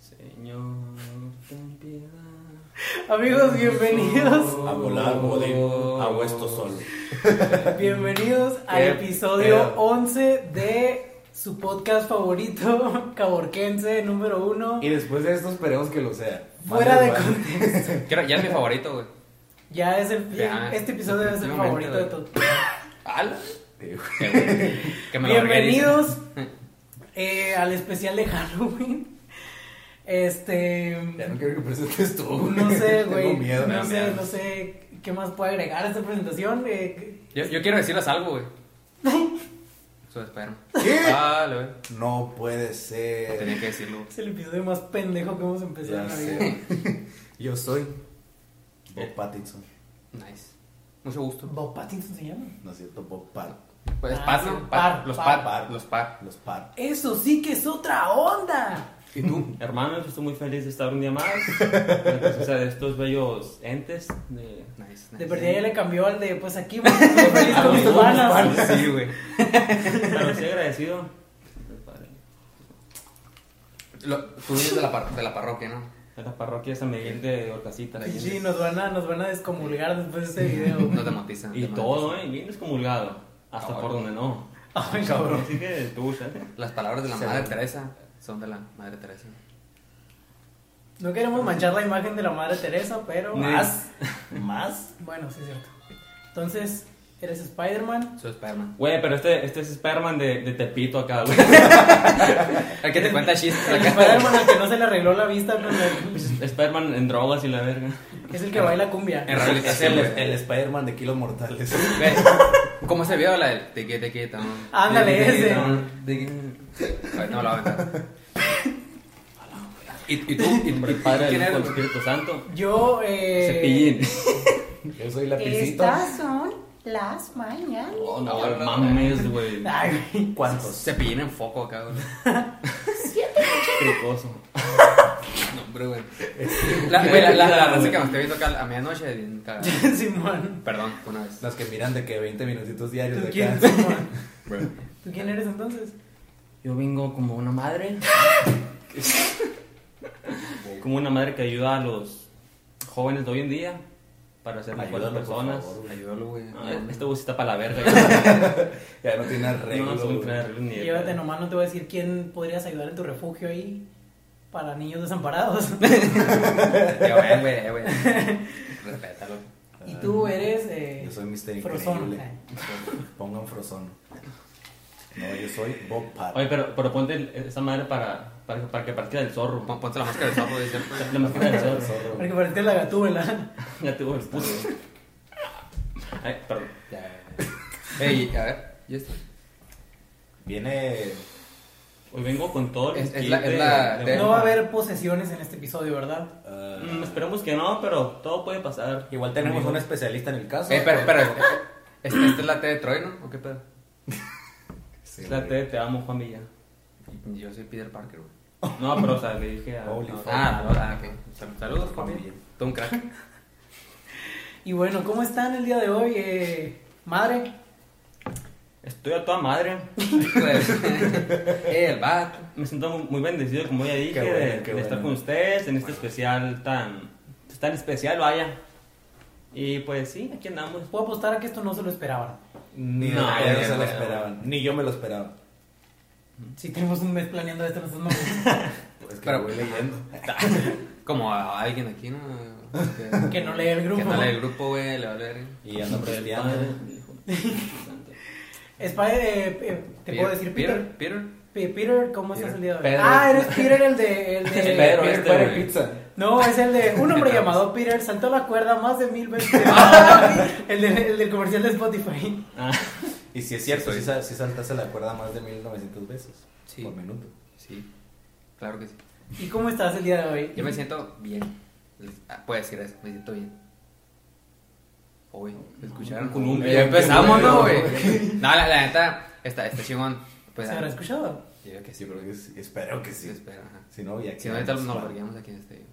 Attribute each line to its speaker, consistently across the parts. Speaker 1: Señor, ten piedad.
Speaker 2: Amigos, bienvenidos.
Speaker 1: Oh.
Speaker 3: A volar, modem, a vuestro sol.
Speaker 2: Bienvenidos al
Speaker 1: Qué
Speaker 2: episodio
Speaker 1: pedo.
Speaker 2: 11 de su podcast favorito, Caborquense número 1.
Speaker 4: Y después de esto esperemos que lo sea.
Speaker 2: Fuera de
Speaker 4: Vale, vale.
Speaker 2: contexto.
Speaker 1: Quiero- ya es mi favorito, güey.
Speaker 2: Ya es el.
Speaker 1: Ya.
Speaker 2: Este episodio es el
Speaker 1: Efectivamente,
Speaker 2: favorito de
Speaker 1: güey.
Speaker 2: todos.
Speaker 1: ¡Hala!
Speaker 4: Sí, güey.
Speaker 1: Qué güey. Que me lo vergué,
Speaker 2: Bienvenidos eh, al especial de Halloween. Este.
Speaker 4: Ya no quiero que presentes tú. güey.
Speaker 2: No sé, güey.
Speaker 4: Tengo miedo.
Speaker 2: No
Speaker 1: me da
Speaker 2: sé,
Speaker 1: miedo.
Speaker 2: no sé qué más puedo agregar a esta presentación. Eh,
Speaker 1: dice. Yo, yo quiero decirles algo, güey. Soy Spider-Man.
Speaker 4: ¿Qué?
Speaker 1: Ah, la verdad.
Speaker 4: No puede
Speaker 1: Tenía
Speaker 4: ser.
Speaker 1: que decirlo. güey.
Speaker 2: es el episodio más pendejo que hemos empezado
Speaker 4: Ya
Speaker 2: en la vida.
Speaker 4: sé. Yo soy Bob Pattinson.
Speaker 1: Nice. Mucho gusto.
Speaker 2: Bob Pattinson se llama.
Speaker 4: No es cierto, Bob Pat.
Speaker 1: Pues,
Speaker 2: Ah,
Speaker 1: par,
Speaker 2: sí,
Speaker 1: ¿no?
Speaker 2: par,
Speaker 1: Los
Speaker 2: par.
Speaker 1: par, Los par.
Speaker 4: Los Pat.
Speaker 2: Eso sí que es otra onda.
Speaker 1: ¿Y tú?
Speaker 5: Hermanos, estoy muy feliz de estar un día más. O sea, de estos bellos entes. De...
Speaker 1: Nice, nice.
Speaker 2: De perdida ya le cambió al de pues aquí, güey, estoy feliz
Speaker 1: Ah,
Speaker 2: con mis
Speaker 1: güey,
Speaker 2: panas.
Speaker 1: Sí, güey.
Speaker 5: Pero estoy agradecido.
Speaker 1: Lo- Tú vienes de la, par- de la parroquia, ¿no?
Speaker 5: De la parroquia San Miguel de Orcasita.
Speaker 1: La
Speaker 2: Sí, sí, nos van a, nos van a descomulgar después de este video.
Speaker 1: No
Speaker 2: güey.
Speaker 1: te matizan.
Speaker 5: Y todo, ¿eh? Bien descomulgado. Hasta
Speaker 1: Ah,
Speaker 5: por donde no.
Speaker 2: Ay,
Speaker 5: Cabrón. Así que tú, ¿eh?
Speaker 1: Las palabras de la
Speaker 4: Se
Speaker 1: madre
Speaker 4: ve.
Speaker 1: Teresa son de la madre Teresa.
Speaker 2: No queremos manchar la imagen de la madre Teresa, pero.
Speaker 4: Más. Más.
Speaker 2: Bueno, sí es cierto. Entonces, eres Spider-Man.
Speaker 1: Soy Spider-Man.
Speaker 5: Güey, pero este, este es Sperman de, de Tepito acá, güey.
Speaker 1: El que te cuenta chistes
Speaker 2: El
Speaker 1: acá.
Speaker 2: Spider-Man al que no se le arregló la vista con el-
Speaker 5: Sperman en drogas y la verga.
Speaker 2: Es el que baila cumbia.
Speaker 1: En
Speaker 4: Es
Speaker 1: rehabilitación,
Speaker 4: el,
Speaker 1: güey.
Speaker 4: el Spider-Man de Kilos Mortales.
Speaker 1: Ve, ¿Cómo se vio la del tiqui tiqui tam?
Speaker 2: Ándale,
Speaker 1: Tiqui, tiqui,
Speaker 2: ese.
Speaker 1: tam, tiqui. Ay, No la voy a aventar. ¿Y, y tú? ¿Y, y-
Speaker 5: Por el
Speaker 1: y-
Speaker 5: padre
Speaker 1: quién
Speaker 5: del Hijo del
Speaker 1: eres?
Speaker 5: Espíritu Santo.
Speaker 2: Yo, eh.
Speaker 5: Cepillín.
Speaker 4: Yo soy lapicito.
Speaker 2: son las mañanas.
Speaker 5: Oh,
Speaker 1: No, no,
Speaker 5: no,
Speaker 1: no.
Speaker 5: mames, güey.
Speaker 2: Ay, güey.
Speaker 4: ¿Cuántos?
Speaker 1: Se pillen en foco acá, güey.
Speaker 5: Cricoso.
Speaker 1: No, hombre, güey. La, Este, güey, la, la, la raza que me estoy viendo acá a medianoche, bien cagada.
Speaker 2: Simón.
Speaker 1: Perdón, una vez.
Speaker 4: Los que miran de que 20 minutitos
Speaker 2: ¿Tú
Speaker 4: diarios de
Speaker 2: quién,
Speaker 4: acá.
Speaker 2: Simón? ¿Tú quién eres entonces?
Speaker 5: Yo vengo como una madre. como una madre que ayuda a los jóvenes de hoy en día para ser mejores
Speaker 4: Ayúdalo, por
Speaker 5: personas.
Speaker 4: favor, güey.
Speaker 1: Ayúdalo, güey.
Speaker 5: Ah, este bus está para la verga.
Speaker 4: Ya no tiene
Speaker 5: no,
Speaker 4: arreglo.
Speaker 5: no, no
Speaker 4: güey.
Speaker 5: tiene arreglo ni de
Speaker 2: Llévate
Speaker 5: pedo.
Speaker 2: nomás, no te voy a decir quién podrías ayudar en tu refugio ahí para niños desamparados.
Speaker 1: Tío, eh, güey, eh, güey. Respétalo.
Speaker 2: y tú eres. Eh,
Speaker 4: Yo soy Mister
Speaker 2: Frozón.
Speaker 4: Increíble. Pongan Frozón. No, yo soy Bob Pat.
Speaker 5: Oye, pero, pero ponte el- esa madre para, para, para que parezca del zorro.
Speaker 1: Pon- Ponte la máscara de sapo, dice. pues.
Speaker 5: La máscara del zorro.
Speaker 2: Porque pareciste la gatúbela.
Speaker 5: Ya tuvo el puto. Ay, perdón.
Speaker 1: Ya. Ey, a ver. ¿Y esto?
Speaker 4: Viene.
Speaker 5: Hoy vengo con todo el
Speaker 1: Es- es
Speaker 5: kit
Speaker 1: la- es la- de-
Speaker 2: No va a haber posesiones en este episodio, ¿verdad?
Speaker 4: ah,
Speaker 5: Mm, esperemos que no, pero todo puede pasar.
Speaker 4: Igual tenemos
Speaker 5: Amigo.
Speaker 4: un especialista en el caso.
Speaker 1: Ey, pero, pero. ¿Esta es la T de Troy, no? ¿O qué pedo?
Speaker 4: pues, Sí,
Speaker 5: Es la
Speaker 4: güey.
Speaker 5: T, te amo, Juan Villa.
Speaker 1: Yo soy Peter Parker, güey.
Speaker 5: No, pero o sea, le dije a.
Speaker 4: Holy
Speaker 5: a-
Speaker 4: fuck.
Speaker 1: Ah, hola, ok. Sal- Saludos,
Speaker 4: Juan
Speaker 1: Juan.
Speaker 4: Villa.
Speaker 1: Tú un crack.
Speaker 2: Y bueno, ¿cómo están el día de hoy? eh, madre,
Speaker 5: Estoy a toda madre.
Speaker 1: Pues, El vato.
Speaker 5: Me siento muy- muy bendecido, como ya dije,
Speaker 4: Qué bueno,
Speaker 5: de,
Speaker 4: qué
Speaker 5: de estar
Speaker 4: bueno.
Speaker 5: con ustedes en este especial tan, tan especial, vaya. Y pues sí, aquí andamos.
Speaker 2: puedo apostar a que esto no se lo esperaban.
Speaker 4: Ni de
Speaker 5: No,
Speaker 4: pedo
Speaker 5: ya
Speaker 4: se lo
Speaker 5: no.
Speaker 4: esperaban. Ni yo me lo esperaba.
Speaker 2: Si tenemos un mes planeando esto, nosotros no.
Speaker 4: Es que
Speaker 1: Pero-
Speaker 4: lo voy leyendo.
Speaker 1: Como a alguien aquí, ¿no? Que,
Speaker 2: Que no lee el grupo.
Speaker 1: Que no lee el grupo, güey. Le va a leer.
Speaker 4: Y ando cristiano.
Speaker 2: Spider, eh, eh, te puedo decir Peter.
Speaker 1: Peter. Peter.
Speaker 2: Pe- Peter, ¿cómo estás
Speaker 1: Peter.
Speaker 2: el día de hoy?
Speaker 5: Pedro.
Speaker 2: Ah, eres Peter el de. El de
Speaker 5: Es Pedro,
Speaker 4: Peter
Speaker 5: este,
Speaker 4: Pan y
Speaker 5: güey.
Speaker 4: pizza.
Speaker 2: No, es el de un hombre llamado Peter, saltó la cuerda más de mil veces. el, de- el del comercial de Spotify.
Speaker 5: Ah,
Speaker 4: Y si es cierto,
Speaker 1: Sí,
Speaker 4: si,
Speaker 1: soy.
Speaker 4: sal- si saltaste la cuerda más de 1900 veces
Speaker 1: Sí.
Speaker 4: por minuto.
Speaker 1: Sí. Claro que sí.
Speaker 2: ¿Y cómo estás el día de hoy?
Speaker 1: Yo me siento bien. Ah, Puedo decir eso, me siento bien. Hoy, escucharon.
Speaker 5: Con un-
Speaker 1: ya empezamos,
Speaker 4: con un-
Speaker 1: ¿no, güey? No, la, la neta, está, está chingón. Pues,
Speaker 2: ¿Se habrá escuchado?
Speaker 1: Yo creo que sí,
Speaker 4: Yo creo que sí. Espero que
Speaker 1: sí,
Speaker 4: sí.
Speaker 1: espero, ajá.
Speaker 4: Si no, ya
Speaker 1: Si no, ahorita
Speaker 4: quedamos
Speaker 1: nos
Speaker 4: mal.
Speaker 1: larguemos aquí en este.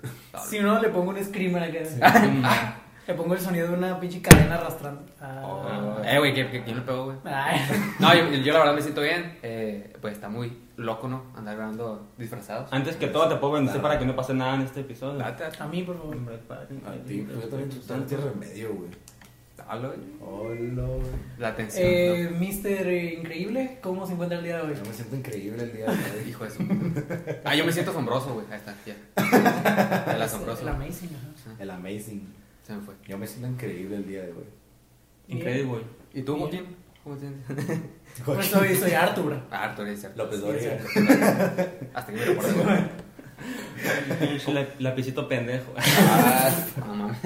Speaker 2: Si no, le pongo un screamer acá.
Speaker 4: Sí.
Speaker 1: Ah,
Speaker 2: Le pongo el sonido de una pinche cadena arrastrando. Ah.
Speaker 1: Oh. Eh, güey, ¿quién, quién lo pegó, güey?
Speaker 2: Ay.
Speaker 1: No, yo, yo la verdad me siento bien. Eh, pues está muy loco, ¿no? Andar grabando disfrazados.
Speaker 5: Antes que todo, te puedo bendecir para que no pase nada en este episodio.
Speaker 1: Date, date.
Speaker 2: A mí, por favor.
Speaker 5: Hombre, padre.
Speaker 4: A ti, pero yo también estoy en tierra en medio, güey. Oh,
Speaker 1: Dalo, güey.
Speaker 4: Hola, güey.
Speaker 1: La tensión.
Speaker 2: Eh, Mister Increíble, ¿cómo se encuentra el día de hoy?
Speaker 4: Yo me siento increíble el día de
Speaker 1: ¿no?
Speaker 4: hoy.
Speaker 1: Hijo de su. Ah, yo me siento asombroso, güey. Ahí está, ya. El asombroso.
Speaker 2: El amazing, ajá.
Speaker 4: El amazing.
Speaker 1: Se me fue.
Speaker 4: Yo me siento increíble el día de hoy.
Speaker 5: Increíble.
Speaker 1: ¿Y tú,
Speaker 2: Bien.
Speaker 1: Joaquín? ¿Cómo te sientes?
Speaker 2: Pues soy, soy Arthur.
Speaker 1: Ah, Arturo, es cierto.
Speaker 4: López Dóriga.
Speaker 1: Hasta que me recuerdo. güey.
Speaker 5: Pinche la- Lapicito pendejo.
Speaker 1: Ah, no mames.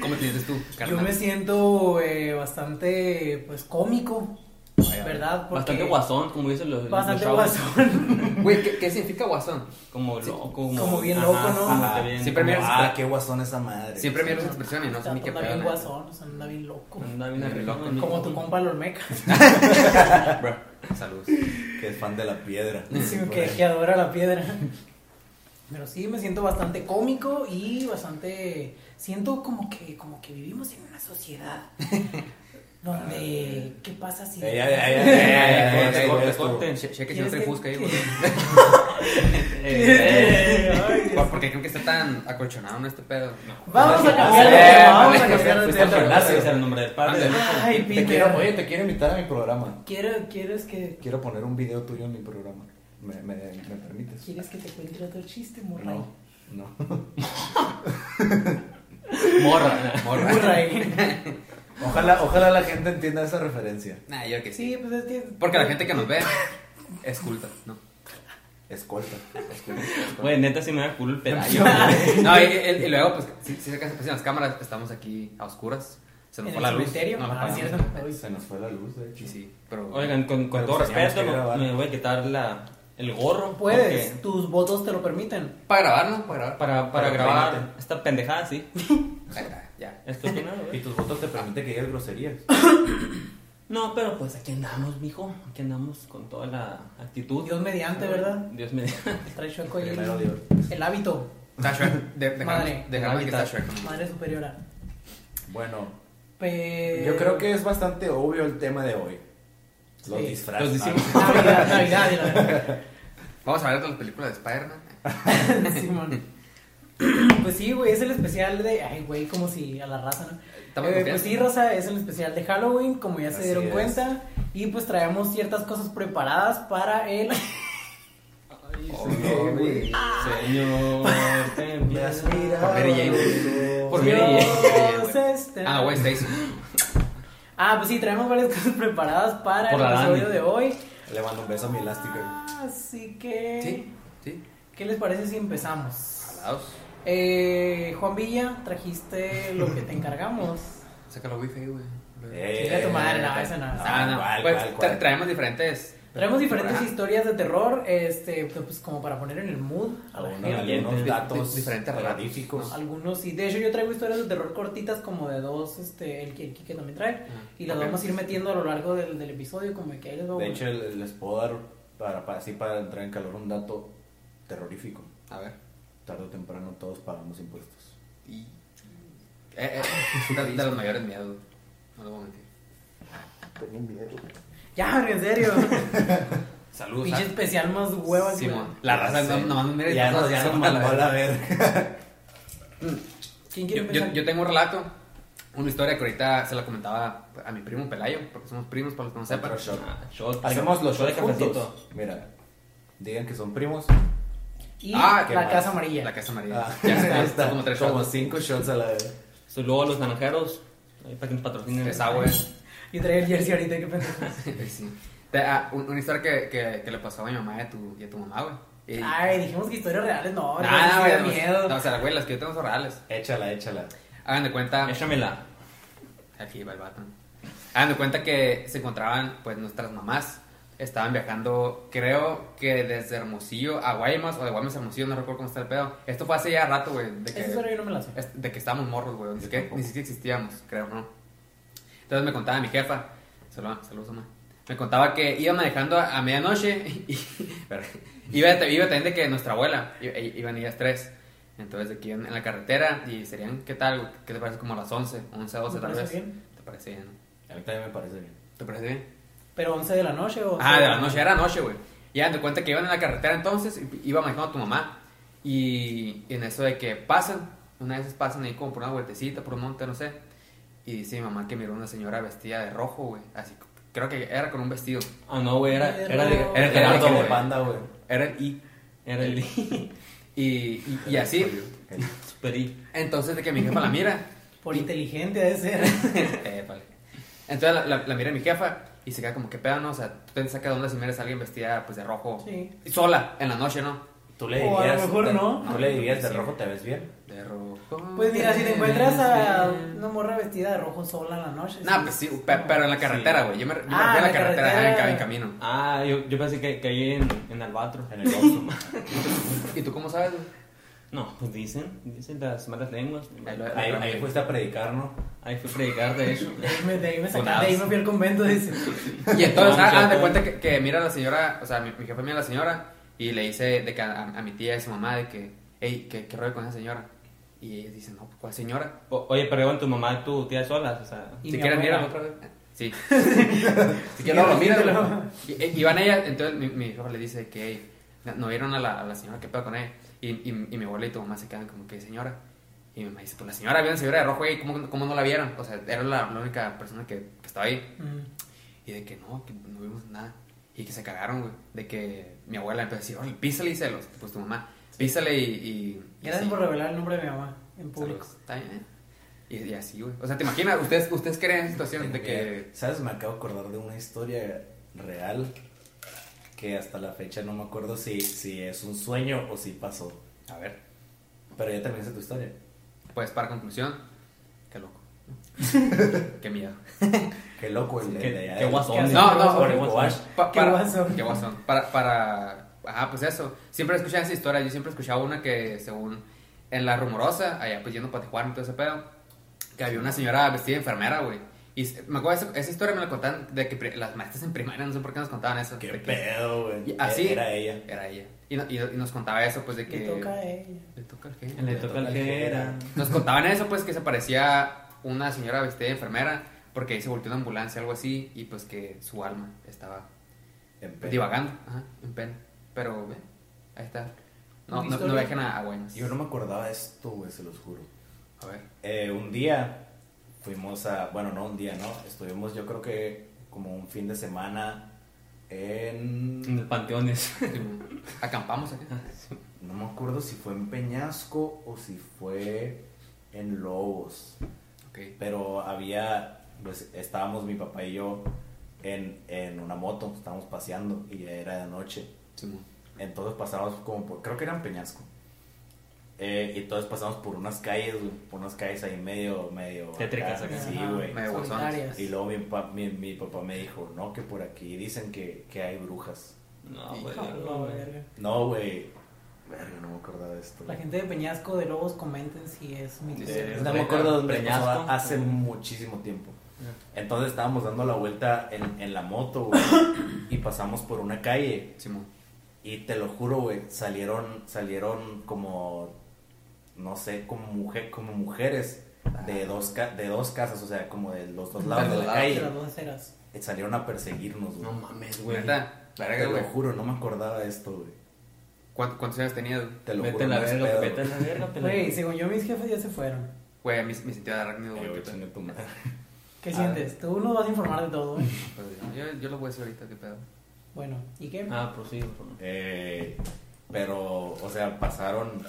Speaker 1: ¿Cómo te sientes tú, carnal?
Speaker 2: Yo me siento eh, bastante, pues, cómico,
Speaker 1: Vaya,
Speaker 2: ¿verdad? Porque-
Speaker 5: Bastante guasón, como dicen los. los
Speaker 2: Bastante
Speaker 5: chavos.
Speaker 2: guasón.
Speaker 1: Güey, ¿qué, qué significa guasón?
Speaker 5: Como loco.
Speaker 2: como bien loco, ¿no?
Speaker 5: bastante bien.
Speaker 1: Siempre me-
Speaker 4: Ah, qué guasón esa madre.
Speaker 1: Siempre miro esa expresión y no sé ni qué
Speaker 2: Anda
Speaker 1: pedo.
Speaker 2: bien
Speaker 1: güey.
Speaker 2: guasón, o sea, anda bien loco.
Speaker 5: ¿eh? Anda bien
Speaker 1: Bien
Speaker 5: arreglado,
Speaker 1: loco.
Speaker 5: ¿no?
Speaker 2: Como tu compa el Olmeca,
Speaker 1: Bro, saludos.
Speaker 4: Que es fan de la piedra.
Speaker 2: Sí, que, que adora la piedra. Pero sí, me siento bastante cómico y bastante... Siento como que, como que vivimos en una sociedad donde...
Speaker 5: Ah.
Speaker 2: ¿Qué pasa si...
Speaker 4: Ey, ey, ey, ey, ey, ey,
Speaker 5: Corte,
Speaker 4: ey,
Speaker 5: corte,
Speaker 4: ey,
Speaker 5: corte.
Speaker 1: Che- Cheque si no trae
Speaker 2: ¿Quieres que-
Speaker 1: fusca ahí,
Speaker 2: que-
Speaker 1: güey.
Speaker 5: Eh, eh.
Speaker 2: Ay, Dios.
Speaker 1: ¿Por, por qué creen que está tan acolchonado en este pedo? No.
Speaker 2: Vamos a cambiar de
Speaker 1: Eh,
Speaker 2: tema, vamos a
Speaker 1: vale.
Speaker 2: cambiar de
Speaker 5: Fuiste al
Speaker 2: tema.
Speaker 5: gimnasio, es el nombre del padre.
Speaker 2: Ay,
Speaker 4: Te
Speaker 2: Peter.
Speaker 4: quiero, oye, te quiero invitar a mi programa.
Speaker 2: Quiero, ¿Quieres que
Speaker 4: Quiero poner un video tuyo en mi programa. ¿Me, me, me permites?
Speaker 2: quieres que te cuente otro chiste, Murray?
Speaker 4: No, no.
Speaker 5: Morra.
Speaker 2: Murray.
Speaker 4: Ojalá, ojalá la gente entienda esa referencia.
Speaker 1: Nah, yo que sí.
Speaker 2: Sí, pues es que
Speaker 1: Porque la gente que nos ve es culta, ¿no?
Speaker 4: Escolta.
Speaker 1: Es culta.
Speaker 5: Güey, neta, si me da culo el pedazo.
Speaker 1: No, y, y- y luego, pues, si, si se aparecen las cámaras, estamos aquí a oscuras. Se nos
Speaker 2: en
Speaker 1: fue
Speaker 2: el
Speaker 1: la luz.
Speaker 2: cementerio.
Speaker 1: No, la
Speaker 2: Ah,
Speaker 1: apagamos.
Speaker 2: cierto. Ay,
Speaker 4: Se nos fue la luz, de hecho.
Speaker 1: Sí, sí, pero...
Speaker 5: Oigan, con, con
Speaker 4: Pero
Speaker 5: todo
Speaker 4: pues teníamos
Speaker 5: respeto,
Speaker 4: que
Speaker 5: me,
Speaker 4: grabar.
Speaker 5: me voy a quitar la, el gorro.
Speaker 2: Puedes,
Speaker 5: porque-
Speaker 2: tus votos te lo permiten.
Speaker 1: Para grabar, ¿no? Para grabar.
Speaker 5: Para, para
Speaker 4: Pero
Speaker 5: grabar
Speaker 4: peínate.
Speaker 5: esta pendejada, sí.
Speaker 1: Ahí está, ya.
Speaker 5: Esto es una,
Speaker 4: Y
Speaker 5: güey.
Speaker 4: tus votos te permiten que digas groserías.
Speaker 5: No, pero pues aquí andamos, mijo. Aquí andamos con toda la actitud.
Speaker 2: Dios mediante, ¿verdad?
Speaker 5: Dios mediante.
Speaker 2: Trae chueco ahí
Speaker 4: Primero Dios.
Speaker 2: el, el hábito,
Speaker 1: Está Shrek. De, de
Speaker 2: Madre.
Speaker 1: Dejadme que está Shrek.
Speaker 2: madre superiora.
Speaker 4: Bueno,
Speaker 2: Pero...
Speaker 4: yo creo que es bastante obvio el tema de hoy. Los
Speaker 2: Sí.
Speaker 4: disfraces.
Speaker 5: Los disfraces.
Speaker 2: Navidad, Navidad, y la verdad.
Speaker 1: Vamos a hablar de las películas de Spider-Man.
Speaker 2: Eh, Simón. Pues sí, güey, es el especial de. Ay, güey, como si a la raza, ¿no?
Speaker 1: Estamos
Speaker 2: Eh,
Speaker 1: confiando.
Speaker 2: pues sí, Rosa, es el especial de Halloween, como ya se
Speaker 4: Así
Speaker 2: dieron
Speaker 4: es.
Speaker 2: cuenta. Y pues traemos ciertas cosas preparadas para el.
Speaker 1: Oh,
Speaker 4: no, güey.
Speaker 5: Señor, te
Speaker 4: Ah, Me has mirado.
Speaker 1: Por Mary Jane. Por Mary Jane.
Speaker 2: Dios, este-
Speaker 1: Ah, güey, Stacy.
Speaker 2: Ah, pues sí, traemos varias cosas preparadas para
Speaker 5: Por
Speaker 2: el
Speaker 5: la Dani.
Speaker 2: episodio de hoy.
Speaker 4: Le mando un beso a mi elástica.
Speaker 2: Así que.
Speaker 1: Sí, sí.
Speaker 2: ¿Qué les parece si empezamos?
Speaker 1: Alados.
Speaker 2: Eh, Juan Villa, trajiste lo que te encargamos.
Speaker 1: Saca la wifi, güey.
Speaker 2: Chinga tu madre, no, esa no.
Speaker 1: Ah, no.
Speaker 4: Eh, ¿Cuál,
Speaker 1: pues
Speaker 4: cuál,
Speaker 1: tra-
Speaker 4: cuál?
Speaker 1: traemos diferentes.
Speaker 2: Traemos diferentes
Speaker 1: Ajá.
Speaker 2: historias de terror, este, pues pues, como para poner en el mood a la
Speaker 4: Algunos-
Speaker 2: gente.
Speaker 4: Algunos
Speaker 1: Di-
Speaker 4: datos
Speaker 1: di- diferentes relatos,
Speaker 4: terroríficos.
Speaker 2: Algunos sí. De hecho, yo traigo historias de terror cortitas, como de dos, este, el, que- el Kike también trae. Y las
Speaker 1: Ok.
Speaker 2: vamos a ir metiendo a lo largo del, del episodio, como que ahí les vamos.
Speaker 4: De hecho, les les puedo dar, para, para- así para entrar en calor, un dato terrorífico.
Speaker 1: A ver.
Speaker 4: Tarde o temprano todos pagamos impuestos.
Speaker 1: Y... Eh, eh, de, de los mayores miedos. güey. No lo voy a mentir.
Speaker 2: Ya, en serio.
Speaker 1: Saludos.
Speaker 2: Pinche
Speaker 1: ah.
Speaker 2: especial más huevas.
Speaker 1: Simón.
Speaker 2: güey.
Speaker 1: La raza no, nomás nos mira y
Speaker 4: Ya
Speaker 1: todos
Speaker 4: nos ya
Speaker 1: se
Speaker 4: nos
Speaker 1: manda la
Speaker 4: mandó a
Speaker 1: verga.
Speaker 4: la verga.
Speaker 2: ¿Quién quiere
Speaker 1: Yo, yo-
Speaker 2: empezar?
Speaker 1: yo tengo un relato, una historia que ahorita se la comentaba a mi primo Pelayo, porque somos primos para los que no sepan.
Speaker 4: Otro shot.
Speaker 5: Ah, shot.
Speaker 4: Hacemos los
Speaker 5: Shot
Speaker 4: shots juntos. Mira, digan que son primos.
Speaker 2: Y
Speaker 1: Ah,
Speaker 4: qué
Speaker 2: la
Speaker 4: más.
Speaker 2: Casa Amarilla.
Speaker 1: La casa amarilla.
Speaker 4: Ah,
Speaker 1: ya
Speaker 4: ahí
Speaker 1: está,
Speaker 4: está.
Speaker 1: como tres
Speaker 4: Como
Speaker 1: shots.
Speaker 4: cinco shots a la verga.
Speaker 5: So, luego los naranjeros. Ahí para que nos patrocinen.
Speaker 1: Esa, güey.
Speaker 2: Yo traía el jersey ahorita, qué pendejo.
Speaker 1: Sí. Te- ah, un- una historia que, que, que le pasó a mi mamá y a tu, y a tu mamá, güey. Y-
Speaker 2: Ay, dijimos que historias reales, no.
Speaker 1: Nah,
Speaker 2: no,
Speaker 1: nah,
Speaker 2: sí da
Speaker 1: güey,
Speaker 2: miedo.
Speaker 1: No, o sea, güey, las que yo tengo son reales.
Speaker 4: Échala, échala.
Speaker 1: Hagan de cuenta.
Speaker 5: Échamela.
Speaker 1: Aquí va el vato. Hagan de cuenta que se encontraban, pues, nuestras mamás. Estaban viajando, creo que desde Hermosillo a Guaymas o de Guaymas a Hermosillo, no recuerdo cómo está el pedo. Esto fue hace ya rato, güey. de que-
Speaker 2: Esa historia yo no me la sé.
Speaker 1: Es- De que estábamos morros, güey. Ni
Speaker 4: Yo
Speaker 1: siquiera,
Speaker 4: tampoco.
Speaker 1: ni siquiera existíamos, creo, ¿no? Entonces me contaba mi jefa. Saludos, saludos, mamá. Me contaba que iba manejando a, a medianoche y, pero, iba, iba también de que nuestra abuela, i- i- iban ellas tres. Entonces aquí en, en la carretera y serían, ¿qué tal? güey? ¿Qué te parece? Como a las 11, 11, 12
Speaker 2: Me
Speaker 1: tal
Speaker 2: parece
Speaker 1: vez.
Speaker 2: bien.
Speaker 1: ¿Te parece bien?
Speaker 4: A mí también me parece bien.
Speaker 1: ¿Te parece bien?
Speaker 2: Pero 11 de la noche o.
Speaker 1: Ah, de la noche, era noche, güey. Y hagan de cuenta que iban en la carretera entonces, y iba manejando tu mamá. Y en eso de que pasan, una vez pasan ahí como por una vueltecita, por un monte, no sé. Y dice mi mamá que miró una señora vestida de rojo, güey. Así, creo que era con un vestido.
Speaker 5: Ah, no, güey, era, era de.
Speaker 2: Pero-
Speaker 5: Era
Speaker 1: el Gerardo,
Speaker 5: de Gerardo,
Speaker 1: güey.
Speaker 4: de panda, güey.
Speaker 1: Era el I.
Speaker 5: Era el I.
Speaker 1: Y, y, y así.
Speaker 4: El-
Speaker 5: Super I.
Speaker 1: Entonces de que mi jefa la mira.
Speaker 2: Por
Speaker 1: y-
Speaker 2: inteligente debe ser.
Speaker 1: Épale. Entonces la, la- la mira mi jefa y se queda como, ¿qué pedo, no? O sea, tú te sacas de onda si miras a alguien vestida pues de rojo.
Speaker 2: Sí.
Speaker 1: Y Sola, en la noche, ¿no?
Speaker 4: Tú le
Speaker 2: O a lo
Speaker 4: dirías.
Speaker 2: mejor
Speaker 4: de-
Speaker 2: no.
Speaker 4: Tú le dirías, de
Speaker 1: Sí.
Speaker 4: rojo te ves bien.
Speaker 1: De rojo.
Speaker 2: Pues mira, si te encuentras a una morra vestida de rojo sola en la noche.
Speaker 1: No, pues sí, pe- pero en la carretera, güey. Yo me, yo me refiero
Speaker 2: Ah,
Speaker 1: a la
Speaker 2: la
Speaker 1: carretera,
Speaker 2: carretera.
Speaker 1: en, ca- en camino.
Speaker 5: Ah, yo, yo pensé que caí en, en Albatro.
Speaker 4: En el Oxxo.
Speaker 1: ¿Y tú cómo sabes, güey?
Speaker 5: No, pues dicen, dicen las malas lenguas.
Speaker 1: Ahí lo-
Speaker 4: ahí, ahí fuiste a predicar, ¿no?
Speaker 5: Ahí fue predicar, de hecho.
Speaker 2: De ahí me, de ahí me saca-
Speaker 1: Funados.
Speaker 2: de ahí me fui al convento, dice.
Speaker 1: Y entonces,
Speaker 5: No,
Speaker 1: ah, ah,
Speaker 5: cierto.
Speaker 1: de cuenta que, que mira a la señora, o sea, mi, mi jefe mira a la señora y le dice de que a, a mi tía y a su mamá de que, hey, ¿qué, qué rollo con esa señora? Y ellos dicen, no, pues, ¿cuál señora?
Speaker 5: O- oye, pero con tu mamá y tu tía solas, o sea.
Speaker 2: Y
Speaker 1: si
Speaker 2: mi
Speaker 1: quieres, míralo
Speaker 2: abuela.
Speaker 1: otra vez. Sí. si quieres, lo miras.
Speaker 2: Míralo.
Speaker 1: Y, eh, y van ella, entonces mi, mi jefa le dice que, hey, no, no vieron a la, a la señora, ¿qué pedo con ella? Y, y, y mi abuela y tu mamá se quedan como que, señora. Y mi mamá dice, pues la señora, vio a la señora de rojo, güey, ¿cómo, ¿cómo no la vieron? O sea, era la, la única persona que, que estaba ahí.
Speaker 2: Mm.
Speaker 1: Y de que no, que no vimos nada. Y que se cagaron, güey. De que mi abuela empezó a decir, órale, písale y celos. Pues tu mamá, písale y. y, y
Speaker 2: Gracias
Speaker 1: así.
Speaker 2: por revelar el nombre de mi mamá en público.
Speaker 1: Saludos. Está bien, ¿eh? Y, y así, güey. O sea, ¿te imaginas? ¿Ustedes, ustedes creen en situación de que.
Speaker 4: ¿Sabes? Me acabo de acordar de una historia real que hasta la fecha no me acuerdo si, si es un sueño o si pasó.
Speaker 1: A ver.
Speaker 4: Pero ya terminaste tu historia.
Speaker 1: Pues para conclusión, qué loco. qué miedo.
Speaker 4: Qué loco el de,
Speaker 5: Qué-
Speaker 4: de allá
Speaker 5: qué
Speaker 4: del-
Speaker 5: guasón.
Speaker 1: No, no,
Speaker 4: por
Speaker 5: qué
Speaker 4: el
Speaker 5: guasón.
Speaker 4: Coash.
Speaker 1: Pa-
Speaker 2: Qué
Speaker 1: para,
Speaker 2: guaso.
Speaker 1: Qué guasón. Para, para. Ajá, pues eso. Siempre escuchaba esa historia. Yo siempre escuchaba una que, según. En la rumorosa, allá pues yendo para Tijuana y todo ese pedo. Que había una señora vestida de enfermera, güey. Y se- me acuerdo, esa, esa historia me la contaban de que pri- las maestras en primaria, no sé por qué nos contaban eso.
Speaker 4: Qué
Speaker 1: de que
Speaker 4: pedo, güey.
Speaker 1: Y así-
Speaker 4: Era ella.
Speaker 1: Era ella. Y, no- y- y nos contaba eso, pues de que.
Speaker 2: Le toca a ella.
Speaker 1: Le toca al genio.
Speaker 5: Le toca al que era.
Speaker 1: Nos contaban eso, pues, que se parecía una señora vestida de enfermera, porque ahí se volteó una ambulancia, algo así, y pues que su alma estaba
Speaker 4: En pedo.
Speaker 1: divagando, ajá, en pena. Pero, ve, ahí está. No, no,
Speaker 2: ¿Listo,
Speaker 1: no
Speaker 2: Leo?
Speaker 1: dejen a, a buenas.
Speaker 4: Yo no me acordaba de esto, güey, se los juro.
Speaker 1: A ver,
Speaker 4: Eh, un día fuimos a, bueno, no un día, ¿no? Estuvimos yo creo que como un fin de semana
Speaker 5: En
Speaker 4: en...
Speaker 5: el panteones.
Speaker 1: sí, acampamos acá.
Speaker 4: No me acuerdo si fue en Peñasco o si fue en Lobos.
Speaker 1: Ok.
Speaker 4: Pero había, pues estábamos mi papá y yo en, en una moto, estábamos paseando y ya era de noche.
Speaker 1: Simón.
Speaker 4: Entonces pasamos como por, creo que era en Peñasco. Eh, y entonces pasamos por unas calles, güey, por unas calles ahí medio, medio...
Speaker 5: Tétricas acá.
Speaker 4: Sí,
Speaker 2: Ajá,
Speaker 4: güey.
Speaker 1: Medio guasones.
Speaker 2: solitarias.
Speaker 4: Y luego mi, pa- mi, mi papá me dijo, no, que por aquí dicen que, que hay brujas.
Speaker 5: No,
Speaker 2: Hijo
Speaker 5: güey.
Speaker 2: de la verga.
Speaker 4: No, güey. Verga, no me acordaba de esto.
Speaker 2: La gente de Peñasco de Lobos comenten si es mi
Speaker 4: Eh,
Speaker 5: Sí.
Speaker 4: no me acuerdo de dónde
Speaker 5: Peñasco.
Speaker 4: pasó, hace muchísimo tiempo. Entonces estábamos dando la vuelta en, en la moto, güey. y pasamos por una calle.
Speaker 1: Simón.
Speaker 4: Y te lo juro, güey, salieron, salieron como, no sé, como, mujer, como mujeres de dos, ca- de dos casas, o sea, como de los dos lados
Speaker 1: De
Speaker 4: de
Speaker 1: los
Speaker 4: la
Speaker 1: lados.
Speaker 2: De
Speaker 4: calle.
Speaker 2: las dos aceras.
Speaker 4: Eh, Salieron a perseguirnos, güey.
Speaker 5: No mames, güey.
Speaker 1: Neta,
Speaker 4: Te
Speaker 1: verga,
Speaker 4: lo
Speaker 1: güey.
Speaker 4: juro, no me acordaba de esto, güey.
Speaker 1: ¿Cuánto- ¿Cuántos años tenías?
Speaker 4: Te lo
Speaker 5: Vete
Speaker 4: juro.
Speaker 5: a la
Speaker 4: no es
Speaker 5: verga,
Speaker 4: pedo.
Speaker 5: vete a la verga,
Speaker 2: Güey,
Speaker 5: pelado.
Speaker 2: según yo, mis jefes ya se fueron.
Speaker 1: Güey, mi, mi sentido de arácnido,
Speaker 4: Eh,
Speaker 1: güey.
Speaker 4: güey,
Speaker 1: qué
Speaker 4: chinga tu madre.
Speaker 2: ¿Qué
Speaker 1: Ah.
Speaker 2: sientes? Tú nos vas a informar de todo. güey.
Speaker 1: pedo. Pues, Yo, yo lo voy a decir ahorita, qué pedo.
Speaker 2: Bueno, ¿y qué?
Speaker 5: Ah, prosigo. por-
Speaker 4: Eh, pero, o sea, pasaron.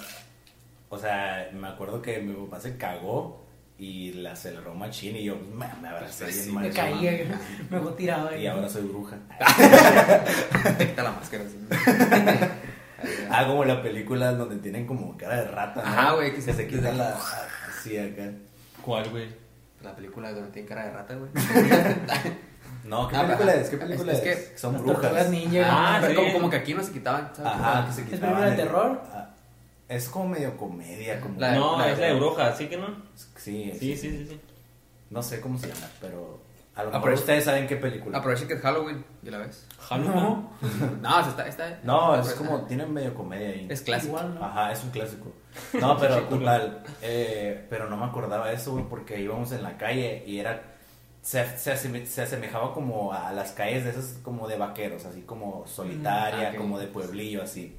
Speaker 4: O sea, me acuerdo que mi papá se cagó y la aceleró machín y yo me, me abracé bien
Speaker 1: Sí,
Speaker 4: mal,
Speaker 2: me
Speaker 4: no
Speaker 2: caí,
Speaker 4: mames.
Speaker 2: eh, me fue tirado. eh.
Speaker 4: Y ahora soy bruja.
Speaker 1: Te quita la máscara. así.
Speaker 4: Ah, como la película donde tienen como cara de rata. ¿no?
Speaker 1: Ajá, güey, que
Speaker 4: Que
Speaker 1: se-
Speaker 4: se, quitan la. Sí, acá.
Speaker 5: ¿Cuál, güey?
Speaker 1: La película donde tiene cara de rata, güey.
Speaker 4: No, ¿qué
Speaker 1: Ah,
Speaker 4: película
Speaker 1: ajá.
Speaker 4: es? ¿Qué película
Speaker 1: Es
Speaker 4: es?
Speaker 1: que
Speaker 4: Son
Speaker 2: Las tortugas
Speaker 4: brujas.
Speaker 2: ninja.
Speaker 5: Ah,
Speaker 1: Pero
Speaker 5: sí.
Speaker 1: como, como que aquí no se quitaban, ¿sabes?
Speaker 4: Ajá, que se
Speaker 2: película
Speaker 4: quitaban.
Speaker 2: de
Speaker 4: el-
Speaker 2: terror?
Speaker 4: Ah, Es como medio comedia. Como...
Speaker 1: La-
Speaker 5: no,
Speaker 1: la-
Speaker 5: es la de bruja, ¿sí que no?
Speaker 4: Sí,
Speaker 5: Sí, sí, sí. sí.
Speaker 4: No sé cómo se llama, pero A lo mejor
Speaker 1: Aprovecha-
Speaker 4: ustedes saben qué película.
Speaker 1: Aprovecha que es Halloween, ¿y la ves?
Speaker 5: Halloween.
Speaker 1: No, o sea, está, está.
Speaker 4: No, es
Speaker 1: está-
Speaker 4: como, tiene medio comedia ahí.
Speaker 1: Es clásico.
Speaker 2: Igual, ¿no?
Speaker 4: Ajá, es un clásico. No, pero total. eh, pero no me acordaba de eso, güey, porque íbamos en la calle y era. Se, se, aseme- se asemejaba como a las calles de esas, como de vaqueros, así como solitaria,
Speaker 1: Mm, ok.
Speaker 4: como de pueblillo, así.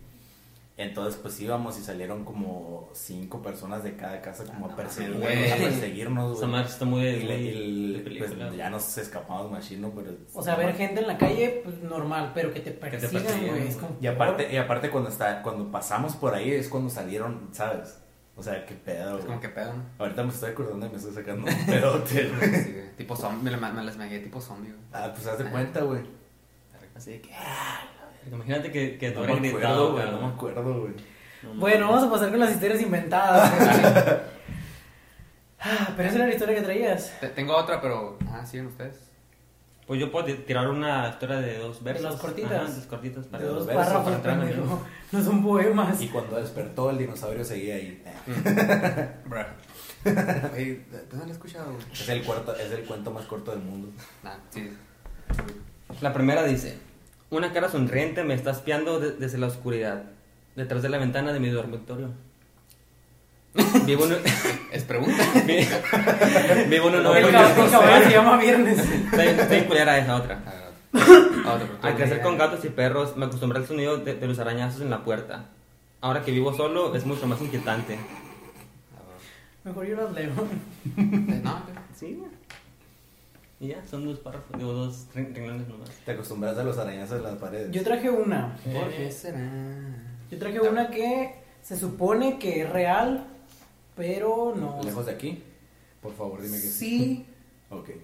Speaker 4: Entonces, pues íbamos y salieron como cinco personas de cada casa, como a, perseguir-
Speaker 1: güey.
Speaker 4: a perseguirnos,
Speaker 5: Esa
Speaker 4: güey.
Speaker 5: madre está muy de,
Speaker 4: Y le- y
Speaker 5: de
Speaker 4: le-
Speaker 5: película.
Speaker 4: pues, ya nos escapamos machino, pero...
Speaker 2: O sea, ver gente en la calle, pues normal, pero que te
Speaker 5: te
Speaker 2: persigan,
Speaker 5: persigan,
Speaker 2: güey. es
Speaker 5: güey.
Speaker 2: como-
Speaker 4: Y aparte, y aparte cuando, está, cuando pasamos por ahí es cuando salieron, ¿sabes? O sea, qué pedo,
Speaker 1: Es
Speaker 4: güey.
Speaker 1: como que pedo, ¿no?
Speaker 4: Ahorita me estoy acordando y me estoy sacando un pedote, güey.
Speaker 1: Sí, güey. tipo zombie, me, la- me las imaginé tipo zombie, güey.
Speaker 4: Ah, pues haz de cuenta, güey.
Speaker 5: Así de que. ah, la verga. Imagínate que, que te
Speaker 4: No
Speaker 5: hubieran
Speaker 4: me
Speaker 5: gritado,
Speaker 4: acuerdo,
Speaker 5: güey.
Speaker 4: güey. No me acuerdo, güey.
Speaker 5: No,
Speaker 2: Bueno, vamos a pasar con las historias inventadas. güey. Ah, pero esa era la historia que traías.
Speaker 1: Te- Tengo otra, pero. Ah, siguen ustedes.
Speaker 5: Pues yo puedo ti- tirar una historia de dos versos.
Speaker 2: las cortitas.
Speaker 5: Ajá, las cortitas
Speaker 4: De
Speaker 2: De dos
Speaker 4: los versos,
Speaker 2: párrafos,
Speaker 5: para atrás,
Speaker 2: pendejo. No son poemas.
Speaker 4: Y cuando despertó el dinosaurio seguía ahí.
Speaker 1: Bruh. Oye, ¿tú no lo has escuchado? güey?
Speaker 4: Es el, cuarto, es el cuento más corto del mundo.
Speaker 1: Nah, sí.
Speaker 5: La primera dice: Una cara sonriente me está espiando de- desde la oscuridad, detrás de la ventana de mi dormitorio. Vivo en un-
Speaker 1: Es pregunta.
Speaker 5: vi- Vivo en un
Speaker 2: El
Speaker 5: nuevo.
Speaker 2: cab- el caballo se llama Viernes.
Speaker 5: Estoy culera esa otra.
Speaker 1: A ver, otra. Otra pregunta.
Speaker 5: Al crecer con gatos y perros, me acostumbré al sonido de, de los arañazos en la puerta. Ahora que vivo solo, es mucho más inquietante.
Speaker 2: Mejor yo las leo.
Speaker 1: Eh, No, güey.
Speaker 5: Sí. Y ya, son dos párrafos, digo, dos ren- renglones nomás.
Speaker 4: Te acostumbras a los arañazos en las paredes.
Speaker 2: Yo traje una.
Speaker 1: ¿por qué será?
Speaker 2: Yo traje una que se supone que es real, pero no.
Speaker 4: Lejos de aquí. Por favor, dime que
Speaker 2: Sí.
Speaker 4: Ok.
Speaker 2: eh,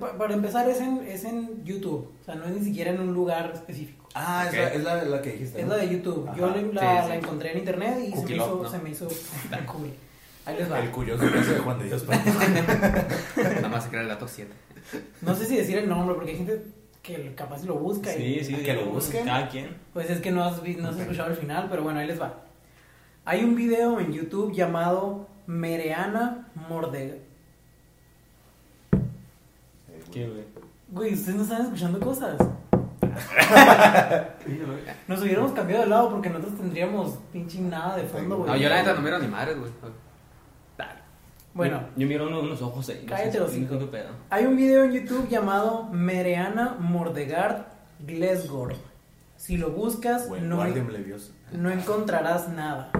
Speaker 2: pa- Para empezar es en, es en YouTube, o sea, no es ni siquiera en un lugar específico.
Speaker 4: Ah,
Speaker 1: Ok.
Speaker 4: es, la, es la, la que dijiste.
Speaker 2: Es
Speaker 4: ¿no?
Speaker 2: la de YouTube. Yo
Speaker 4: Ajá.
Speaker 2: la,
Speaker 1: sí, sí.
Speaker 2: la encontré en internet y se me,
Speaker 1: Cookie Love,
Speaker 2: hizo,
Speaker 1: ¿no?
Speaker 2: se me hizo tan cool. Ahí les va.
Speaker 4: El curioso caso de Juan de Dios. pues. Pantoja.
Speaker 1: Nada más se crea el dato 7.
Speaker 2: No sé si decir el nombre porque hay gente que capaz lo busca. y-
Speaker 5: Sí, sí,
Speaker 4: que lo
Speaker 5: digo,
Speaker 4: busquen.
Speaker 5: Cada quien.
Speaker 2: Pues es que no has, vi- no has escuchado el final, pero bueno, ahí les va. Hay un video en YouTube llamado Mereana Mordega.
Speaker 4: Eh, güey.
Speaker 5: ¿Qué, güey?
Speaker 2: Güey, ustedes no están escuchando cosas. Nos hubiéramos cambiado de lado porque nosotros tendríamos pinche nada de fondo, güey.
Speaker 1: No, yo la neta no miro ni madres, güey.
Speaker 2: Bueno,
Speaker 5: Yo, yo miro uno- unos ojos ahí. no
Speaker 2: Cállate
Speaker 5: sé,
Speaker 2: los
Speaker 5: no sé
Speaker 2: cinco.
Speaker 5: qué pedo.
Speaker 2: hay un video en YouTube llamado Mereana Mordegard Glesgorb. Si lo buscas,
Speaker 4: Güey,
Speaker 2: no,
Speaker 4: Guardian Leviosa.
Speaker 2: no encontrarás nada.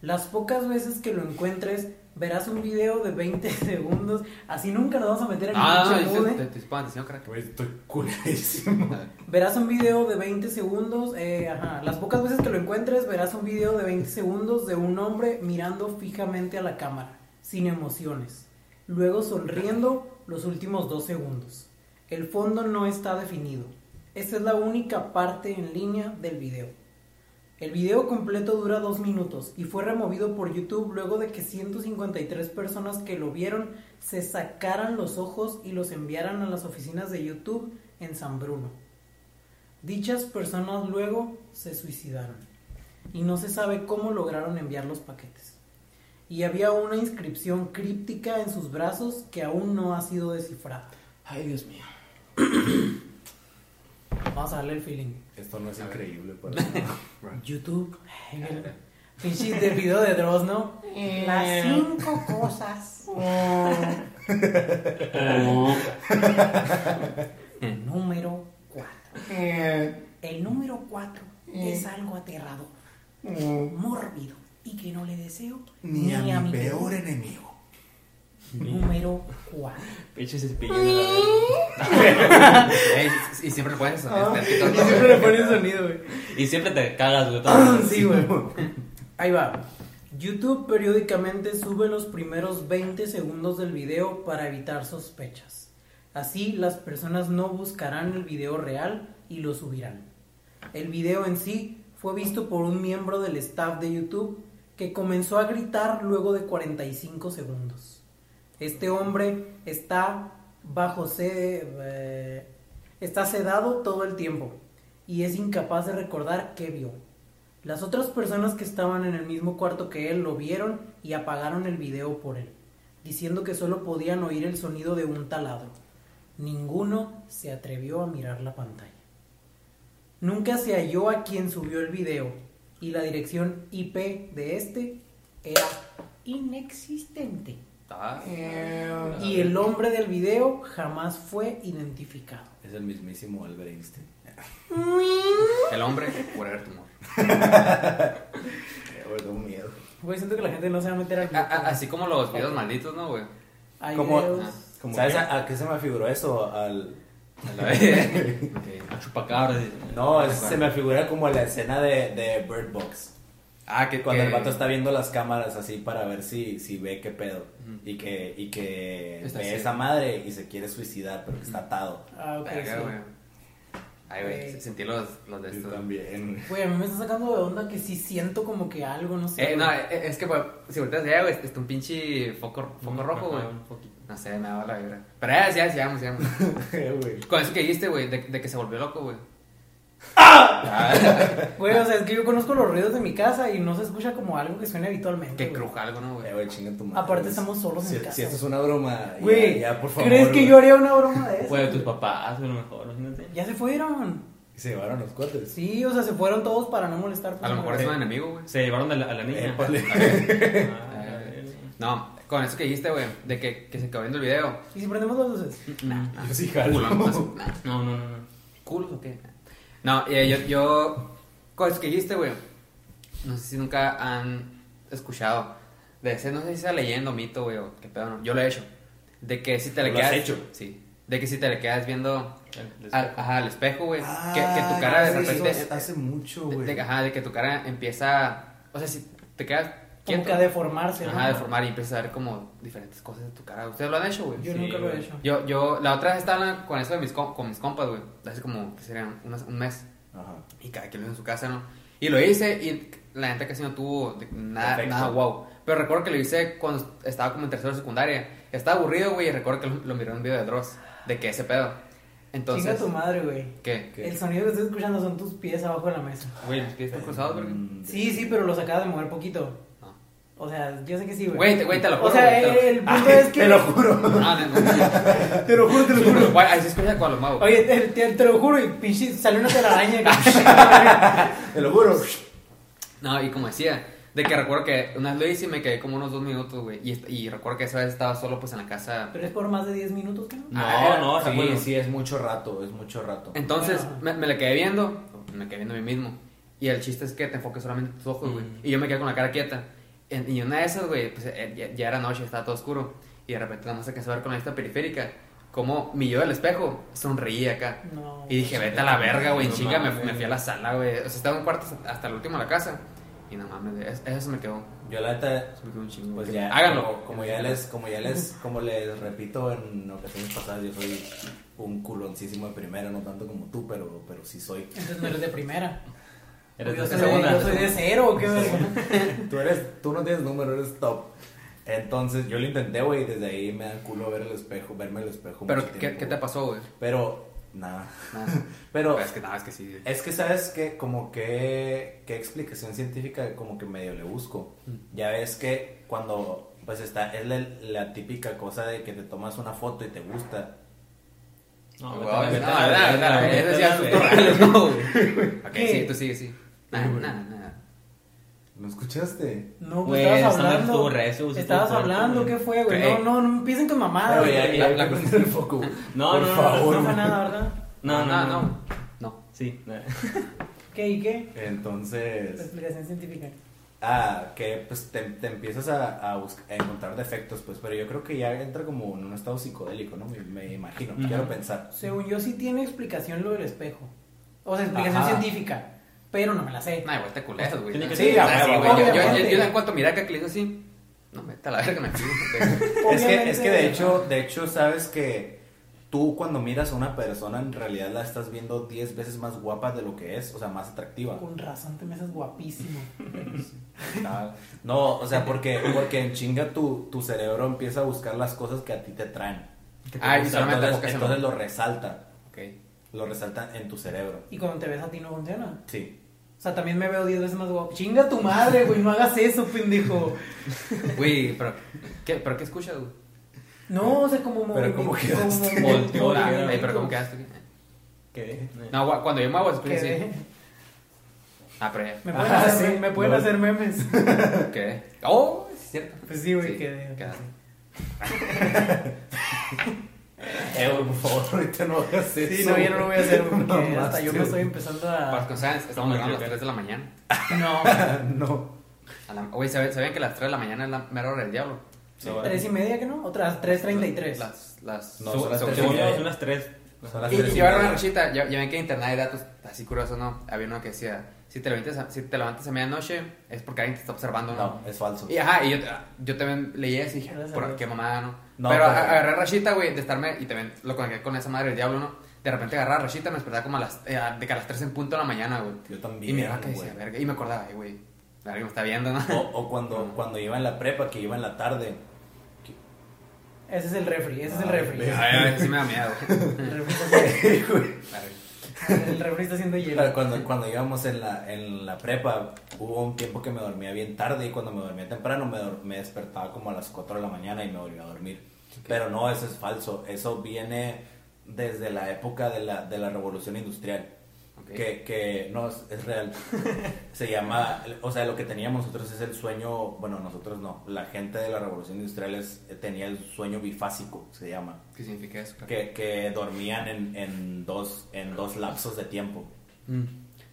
Speaker 2: Las pocas veces que lo encuentres, verás un video de 20 segundos. Así nunca nos vamos a meter en
Speaker 1: Ah,
Speaker 2: pinche
Speaker 1: no, no,
Speaker 2: mood, eh.
Speaker 1: te te disparan, te crack.
Speaker 4: Güey, estoy culerísimo.
Speaker 2: Verás un video de 20 segundos, eh, ajá, las pocas veces que lo encuentres verás un video de 20 segundos de un hombre mirando fijamente a la cámara, sin emociones, luego sonriendo los últimos dos segundos. El fondo no está definido. Esta es la única parte en línea del video. El video completo dura dos minutos y fue removido por YouTube luego de que 153 personas que lo vieron se sacaran los ojos y los enviaran a las oficinas de YouTube en San Bruno. Dichas personas luego se suicidaron y no se sabe cómo lograron enviar los paquetes. Y había una inscripción críptica en sus brazos que aún no ha sido descifrada.
Speaker 5: Ay, Dios mío.
Speaker 2: Vamos a darle el feeling.
Speaker 4: Esto no es
Speaker 1: A ver.
Speaker 4: increíble para nada.
Speaker 2: YouTube. Pinche de video de Dross, ¿no? Las cinco cosas. Número cuatro. El número cuatro es algo aterrador, mórbido y que no le deseo
Speaker 4: Ni a mi peor enemigo.
Speaker 2: Número 4.
Speaker 5: Pinches espillos de la verga.
Speaker 1: Ey, Y y siempre lo pones eso.
Speaker 5: Ah.
Speaker 1: este,
Speaker 2: Y siempre le ponen sonido, güey.
Speaker 5: Y siempre te cagas, güey. todo.
Speaker 2: Sí, güey. Ahí va. YouTube periódicamente sube los primeros 20 segundos del video para evitar sospechas. Así las personas no buscarán el video real y lo subirán. El video en sí fue visto por un miembro del staff de YouTube que comenzó a gritar luego de 45 segundos. Este hombre está bajo sed, eh, está sedado todo el tiempo y es incapaz de recordar qué vio. Las otras personas que estaban en el mismo cuarto que él lo vieron y apagaron el video por él, diciendo que solo podían oír el sonido de un taladro. ninguno se atrevió a mirar la pantalla. Nunca se halló a quien subió el video y la dirección IP de este era inexistente.
Speaker 1: Está-
Speaker 2: Y el hombre del video jamás fue identificado.
Speaker 4: Es el mismísimo Albert Einstein.
Speaker 1: El hombre por el tumor.
Speaker 4: Eh, güey, tengo miedo.
Speaker 2: Güey, siento que la gente no se va a meter al
Speaker 1: A- a- así como los videos malditos, ¿no, güey?
Speaker 2: Hay
Speaker 4: Como-
Speaker 2: videos.
Speaker 4: ¿Cómo ¿Sabes a, a qué se me afiguró eso? Al...
Speaker 1: A la vez. Ok.
Speaker 5: Chupacabras. dice.
Speaker 4: No, es- se me afigura como la escena de, de Bird Box.
Speaker 1: Ah, que
Speaker 4: Cuando
Speaker 1: que-
Speaker 4: el vato está viendo las cámaras así para ver si, si ve qué pedo.
Speaker 1: Ujú.
Speaker 4: Y que, y que
Speaker 1: Está
Speaker 4: ve
Speaker 1: así.
Speaker 4: esa madre y se quiere suicidar, pero que está atado.
Speaker 2: Ah, ok,
Speaker 1: Verga,
Speaker 2: sí.
Speaker 1: güey. Ay, güey,
Speaker 2: Güey.
Speaker 1: sentí los, los de
Speaker 4: Yo
Speaker 1: estos.
Speaker 4: también.
Speaker 2: Güey, a mí me está sacando de onda que sí siento como que algo, no sé.
Speaker 1: Eh, no,
Speaker 2: güey.
Speaker 1: eh, eh, es que pues, si volteas allá, güey, está un pinche foco, foco rojo, güey.
Speaker 5: Ajá, un poquito.
Speaker 1: No sé, me daba la vibra. Pero ya, ya, ya, ya. ya.
Speaker 4: Eh, güey.
Speaker 1: Con eso que dijiste, güey, de, de que se volvió loco, güey.
Speaker 2: Güey, o sea, es que yo conozco los ruidos de mi casa y no se escucha como algo que suena habitualmente.
Speaker 1: Que
Speaker 2: güey.
Speaker 1: cruja algo, ¿no,
Speaker 4: Eh,
Speaker 1: güey?
Speaker 4: güey, chinga tu madre.
Speaker 2: Aparte
Speaker 4: güey.
Speaker 2: estamos solos en
Speaker 4: si,
Speaker 2: casa,
Speaker 4: Si esto es
Speaker 2: güey.
Speaker 4: una broma,
Speaker 2: Güey,
Speaker 4: ya, ya, por favor.
Speaker 2: ¿crees que
Speaker 4: güey.
Speaker 2: yo haría una broma de eso?
Speaker 5: Fue de tus papás, a lo mejor, imagínate.
Speaker 2: Ya se fueron.
Speaker 4: Se llevaron los cuates.
Speaker 2: Sí, o sea, se fueron todos para no molestar. pues,
Speaker 1: A lo mejor es
Speaker 4: Eh.
Speaker 2: güey.
Speaker 1: un enemigo, güey.
Speaker 5: Se llevaron a la, a la niña.
Speaker 4: Épale.
Speaker 5: Ah,
Speaker 1: No, con eso que dijiste, güey, de que, que se quedó viendo el video.
Speaker 2: ¿Y si prendemos las luces?
Speaker 4: Yo sí
Speaker 1: Culón, más-
Speaker 4: jalo.
Speaker 1: nah.
Speaker 5: No, no, no, no.
Speaker 1: ¿Culos "Ah, o qué? No, eh, yo, yo. Cosas que dijiste, güey. No sé si nunca han escuchado. De ese, no sé si sea leyendo mito, güey, o qué pedo, no. Yo lo he hecho. De que si te le
Speaker 4: ¿Lo has
Speaker 1: quedas.
Speaker 4: hecho?
Speaker 1: Sí. De que si te le quedas viendo.
Speaker 5: El- el-
Speaker 1: al- ajá, al espejo, güey. que, que tu cara de
Speaker 4: Ah, eso
Speaker 1: repente.
Speaker 4: es- Hace mucho,
Speaker 1: de-
Speaker 4: güey.
Speaker 1: de- ajá, de que tu cara empieza. O sea, si te quedas.
Speaker 2: Como
Speaker 1: Quieto,
Speaker 2: que a deformarse, ¿no?
Speaker 1: Ajá, deformar y empiezas a ver como diferentes cosas de tu cara. ¿Ustedes lo han hecho, güey?
Speaker 2: Yo
Speaker 5: Sí,
Speaker 2: nunca lo he
Speaker 5: güey.
Speaker 2: hecho.
Speaker 1: Yo, yo, la otra vez estaba hablando con eso de mis, com- con mis compas, güey. Hace como, que serían unas- un mes.
Speaker 4: Ajá.
Speaker 1: Y cada quien lo hizo en su casa, ¿no? Y lo hice y la neta casi no tuvo de- nada,
Speaker 4: Efecto.
Speaker 1: nada wow. Pero recuerdo que lo hice cuando estaba como en tercero de secundaria. Estaba aburrido, güey, y recuerdo que lo, lo miré en un video de Dross. De que ese pedo.
Speaker 2: Chinga
Speaker 1: Entonces,
Speaker 2: tu madre, güey.
Speaker 1: ¿qué?
Speaker 4: ¿Qué?
Speaker 2: El sonido que estoy escuchando son tus pies abajo de la mesa.
Speaker 1: Güey, mis pies están cruzados, güey.
Speaker 4: Mm,
Speaker 2: Sí, sí, pero los acabas de mover poquito.
Speaker 1: No.
Speaker 2: O sea, yo sé que sí, güey.
Speaker 1: Ah. Güey, te- güey, te lo juro,
Speaker 2: O sea,
Speaker 1: güey, te lo-
Speaker 2: el punto
Speaker 4: Ay,
Speaker 2: es que.
Speaker 4: Te lo juro.
Speaker 1: Ah, no, no.
Speaker 4: Te lo juro, te lo juro.
Speaker 1: Güey, ahí se escucha cuando lo mago.
Speaker 2: Oye, te, te- te lo juro, y pinche, salió una telaraña.
Speaker 4: Te lo juro.
Speaker 1: No, y como decía, de que recuerdo que una vez lo hice y me quedé como unos dos minutos, güey. Y, est- y recuerdo que esa vez estaba solo, pues, en la casa.
Speaker 2: pero es por más de 10 minutos, ¿qué ¿no?
Speaker 5: No,
Speaker 4: Ah,
Speaker 5: no, o sea,
Speaker 4: sí,
Speaker 5: bueno.
Speaker 4: sí, es mucho rato, es mucho rato.
Speaker 1: Entonces
Speaker 2: Bueno.
Speaker 1: me, me le quedé viendo, me quedé viendo a mí mismo. Y el chiste es que te enfoques solamente en tus ojos, güey.
Speaker 5: Mm.
Speaker 1: Y yo me quedé con la cara quieta. En- Y una de esas, güey, pues eh, ya, ya era noche, estaba todo oscuro. Y de repente nada más se alcanzó a ver con la vista periférica. Como mi yo del espejo sonreía acá.
Speaker 2: No.
Speaker 1: Y dije, vete a la verga, güey,
Speaker 5: No
Speaker 1: chica. Me,
Speaker 5: mames.
Speaker 1: me fui a la sala, güey. O sea, estaba en un cuarto hasta- hasta el último de la casa. Y no mames, es- eso se me quedó.
Speaker 4: Yo la neta,
Speaker 1: Se me quedó un chingo.
Speaker 4: pues
Speaker 1: güey.
Speaker 4: ya.
Speaker 1: Háganlo.
Speaker 4: Como, como ya les, como ya les, como les repito en ocasiones pasadas, yo soy un culoncísimo de primera, no tanto como tú, pero, pero sí soy.
Speaker 2: Entonces no eres de primera.
Speaker 5: Eres
Speaker 2: yo
Speaker 5: de
Speaker 2: soy
Speaker 5: segunda.
Speaker 2: yo soy de cero, ¿o qué verga?
Speaker 4: Tú eres, tú no tienes número, eres top. Entonces yo lo intenté, güey, y desde ahí me da culo ver el espejo, verme el espejo.
Speaker 1: Pero,
Speaker 4: mucho
Speaker 1: ¿qué,
Speaker 4: tiempo,
Speaker 1: ¿qué te
Speaker 4: güey.
Speaker 1: pasó, Pues, güey?
Speaker 4: Pero, nada.
Speaker 1: Nada.
Speaker 4: Pero,
Speaker 1: es que nada, es que sí. güey.
Speaker 4: Es que sabes que como que qué explicación científica como que medio le busco. Ya ves que cuando pues está es la, la típica cosa de que te tomas una foto y te gusta.
Speaker 5: No,
Speaker 1: No,
Speaker 5: vete a
Speaker 1: no,
Speaker 5: la- vete a
Speaker 1: no, no,
Speaker 5: la- vete a la-
Speaker 1: no,
Speaker 5: vete a
Speaker 1: eso sí
Speaker 5: la-
Speaker 1: asuntos reales, no, güey. Ok,
Speaker 2: ¿Qué?
Speaker 1: sí, tú sigue, sí. Nada, nada, nada.
Speaker 4: ¿No escuchaste?
Speaker 2: No,
Speaker 5: Güey,
Speaker 2: güey, estabas
Speaker 5: esa madre estuvo
Speaker 2: hablando.
Speaker 5: recio, estuvo
Speaker 2: estabas
Speaker 5: fuerte,
Speaker 2: hablando,
Speaker 5: güey.
Speaker 2: ¿qué fue, güey?
Speaker 1: Ey.
Speaker 2: No, no, no empiecen con mamadas.
Speaker 4: Pero
Speaker 2: güey.
Speaker 4: ya, ya, ya perdiste el foco.
Speaker 5: No,
Speaker 4: Por
Speaker 5: no, no,
Speaker 4: favor.
Speaker 2: No fue nada, ¿verdad?
Speaker 5: No, no, no.
Speaker 1: Ah, No.
Speaker 5: Sí. no.
Speaker 2: ¿Qué y qué? La
Speaker 4: Entonces,
Speaker 2: explicación científica.
Speaker 4: ah, que pues te, te empiezas a, a, busc- a encontrar defectos, pues, pero yo creo que ya entra como en un estado psicodélico, ¿no? Me, me imagino,
Speaker 5: Ujú.
Speaker 4: quiero pensar.
Speaker 2: Según yo sí tiene explicación lo del espejo. O sea, explicación
Speaker 4: Ajá.
Speaker 2: científica. Pero no me la sé.
Speaker 1: Nah, igual te culeas, güey.
Speaker 5: Tiene que
Speaker 1: Sí,
Speaker 5: ser-
Speaker 1: o sea,
Speaker 4: Ah,
Speaker 1: sí, güey.
Speaker 4: bueno,
Speaker 1: Yo, yo,
Speaker 2: obviamente.
Speaker 1: yo, yo en cuanto miré acá que le hice así, no, vete a la verga, me fui.
Speaker 4: Es que,
Speaker 2: Obviamente-
Speaker 4: es que de hecho, de hecho, sabes que tú cuando miras a una persona en realidad la estás viendo 10 veces más guapa de lo que es, o sea, más atractiva.
Speaker 2: Con razón te me haces guapísimo.
Speaker 4: Nada. No, o sea, porque, porque en chinga tu, tu cerebro empieza a buscar las cosas que a ti te traen.
Speaker 1: Ah, y
Speaker 4: O sea,
Speaker 1: solamente
Speaker 4: entonces,
Speaker 1: enfocas en
Speaker 4: entonces
Speaker 1: lo.
Speaker 4: lo resalta,
Speaker 1: Ok.
Speaker 4: lo resalta en tu cerebro.
Speaker 2: Y cuando te ves a ti no funciona.
Speaker 4: Sí.
Speaker 2: O sea, también me veo 10 veces más guapo. Chinga tu madre, güey, no hagas eso, pendejo.
Speaker 1: Güey, pero ¿qué, pero ¿qué escuchas, güey?
Speaker 2: No, o sea, como
Speaker 4: Pero ¿cómo
Speaker 2: movimiento-
Speaker 4: quedaste?
Speaker 2: como movimiento-
Speaker 5: Volteó la
Speaker 1: Ay,
Speaker 5: cara.
Speaker 1: Ah, pero ¿cómo quedaste? Eh,
Speaker 4: ¿Qué?
Speaker 1: No, gua- cuando yo me hago Aguascalientes,
Speaker 2: Quedé.
Speaker 1: sí. Ah, pero ya.
Speaker 2: ¿eh? Me pueden,
Speaker 4: Ajá,
Speaker 2: hacer,
Speaker 4: sí.
Speaker 2: me pueden
Speaker 4: No.
Speaker 2: hacer memes.
Speaker 1: ¿Qué? Oh, sí es cierto.
Speaker 2: Pues sí, güey, quedé.
Speaker 1: quedaste.
Speaker 4: Eh, güey, por favor, ahorita no hagas eso.
Speaker 2: Sí, no, yo no lo voy a hacer porque
Speaker 4: No,
Speaker 2: hasta
Speaker 4: más,
Speaker 2: yo me
Speaker 4: tío.
Speaker 2: estoy empezando a.
Speaker 1: Vasco Sáenz, estamos
Speaker 5: No,
Speaker 1: grabando a
Speaker 5: creo
Speaker 1: las 3 de la mañana.
Speaker 2: No,
Speaker 4: No.
Speaker 1: A la- Oye, ¿sabe- ¿sabían que las 3 de la mañana es la mera hora del diablo?
Speaker 2: tres y media que no, otras 3.33.
Speaker 1: Las, las,
Speaker 4: No,
Speaker 1: su-
Speaker 4: son las
Speaker 1: su-
Speaker 4: tres
Speaker 1: su-
Speaker 5: Según yo,
Speaker 4: ya.
Speaker 5: son las tres.
Speaker 4: Son las
Speaker 1: Y,
Speaker 4: tres
Speaker 1: y
Speaker 4: y
Speaker 1: yo era una
Speaker 4: media.
Speaker 1: rachita, ya, ya ven que en internet hay datos así curiosos, ¿no? Había uno que decía, si te levantas a, si te levantas a medianoche es porque alguien te está observando, ¿no?
Speaker 4: No, es falso.
Speaker 1: Y ajá, y yo, yo también leí eso y dije,
Speaker 2: Gracias a
Speaker 1: por
Speaker 2: Dios.
Speaker 1: qué mamada, ¿no?
Speaker 4: No,
Speaker 1: pero
Speaker 4: pero-
Speaker 1: a- agarré rachita, güey, de estarme, y también lo conecté con esa madre del diablo, ¿no? De repente agarré rachita, me despertaba como a las, eh, a- de que a las 3 en punto de la mañana, güey.
Speaker 4: Yo
Speaker 1: Y
Speaker 4: también,
Speaker 1: me iba que
Speaker 4: güey. Oh,
Speaker 1: decía, verga, y me acordaba, ay, güey, alguien me está viendo, ¿no?
Speaker 4: O, o
Speaker 1: "Ah".
Speaker 4: cuando, cuando iba en la prepa, que iba en la tarde.
Speaker 2: Ese es el refri, ese es el
Speaker 4: Ay,
Speaker 2: refri.
Speaker 4: ve.
Speaker 1: Ay, a veces sí me da miedo, güey.
Speaker 2: El refri, está haciendo-
Speaker 1: Verga.
Speaker 2: el refri está haciendo
Speaker 4: Pero
Speaker 2: hielo.
Speaker 4: Ah, Cuando, cuando íbamos en la, en la prepa, hubo un tiempo que me dormía bien tarde y cuando me dormía temprano me, dor- me despertaba como a las 4 de la mañana y me volvía a dormir. Pero no, eso es falso. Eso viene desde la época de la, de la revolución industrial.
Speaker 1: Ok.
Speaker 4: Que, que no, es, es real. Se llama, o sea, lo que teníamos nosotros es el sueño, bueno, nosotros no, la gente de la revolución industrial es- eh, tenía el sueño bifásico, se llama
Speaker 1: ¿Qué significa eso? Carlos?
Speaker 4: que, que dormían en, en dos, en dos lapsos de tiempo.
Speaker 1: Mm.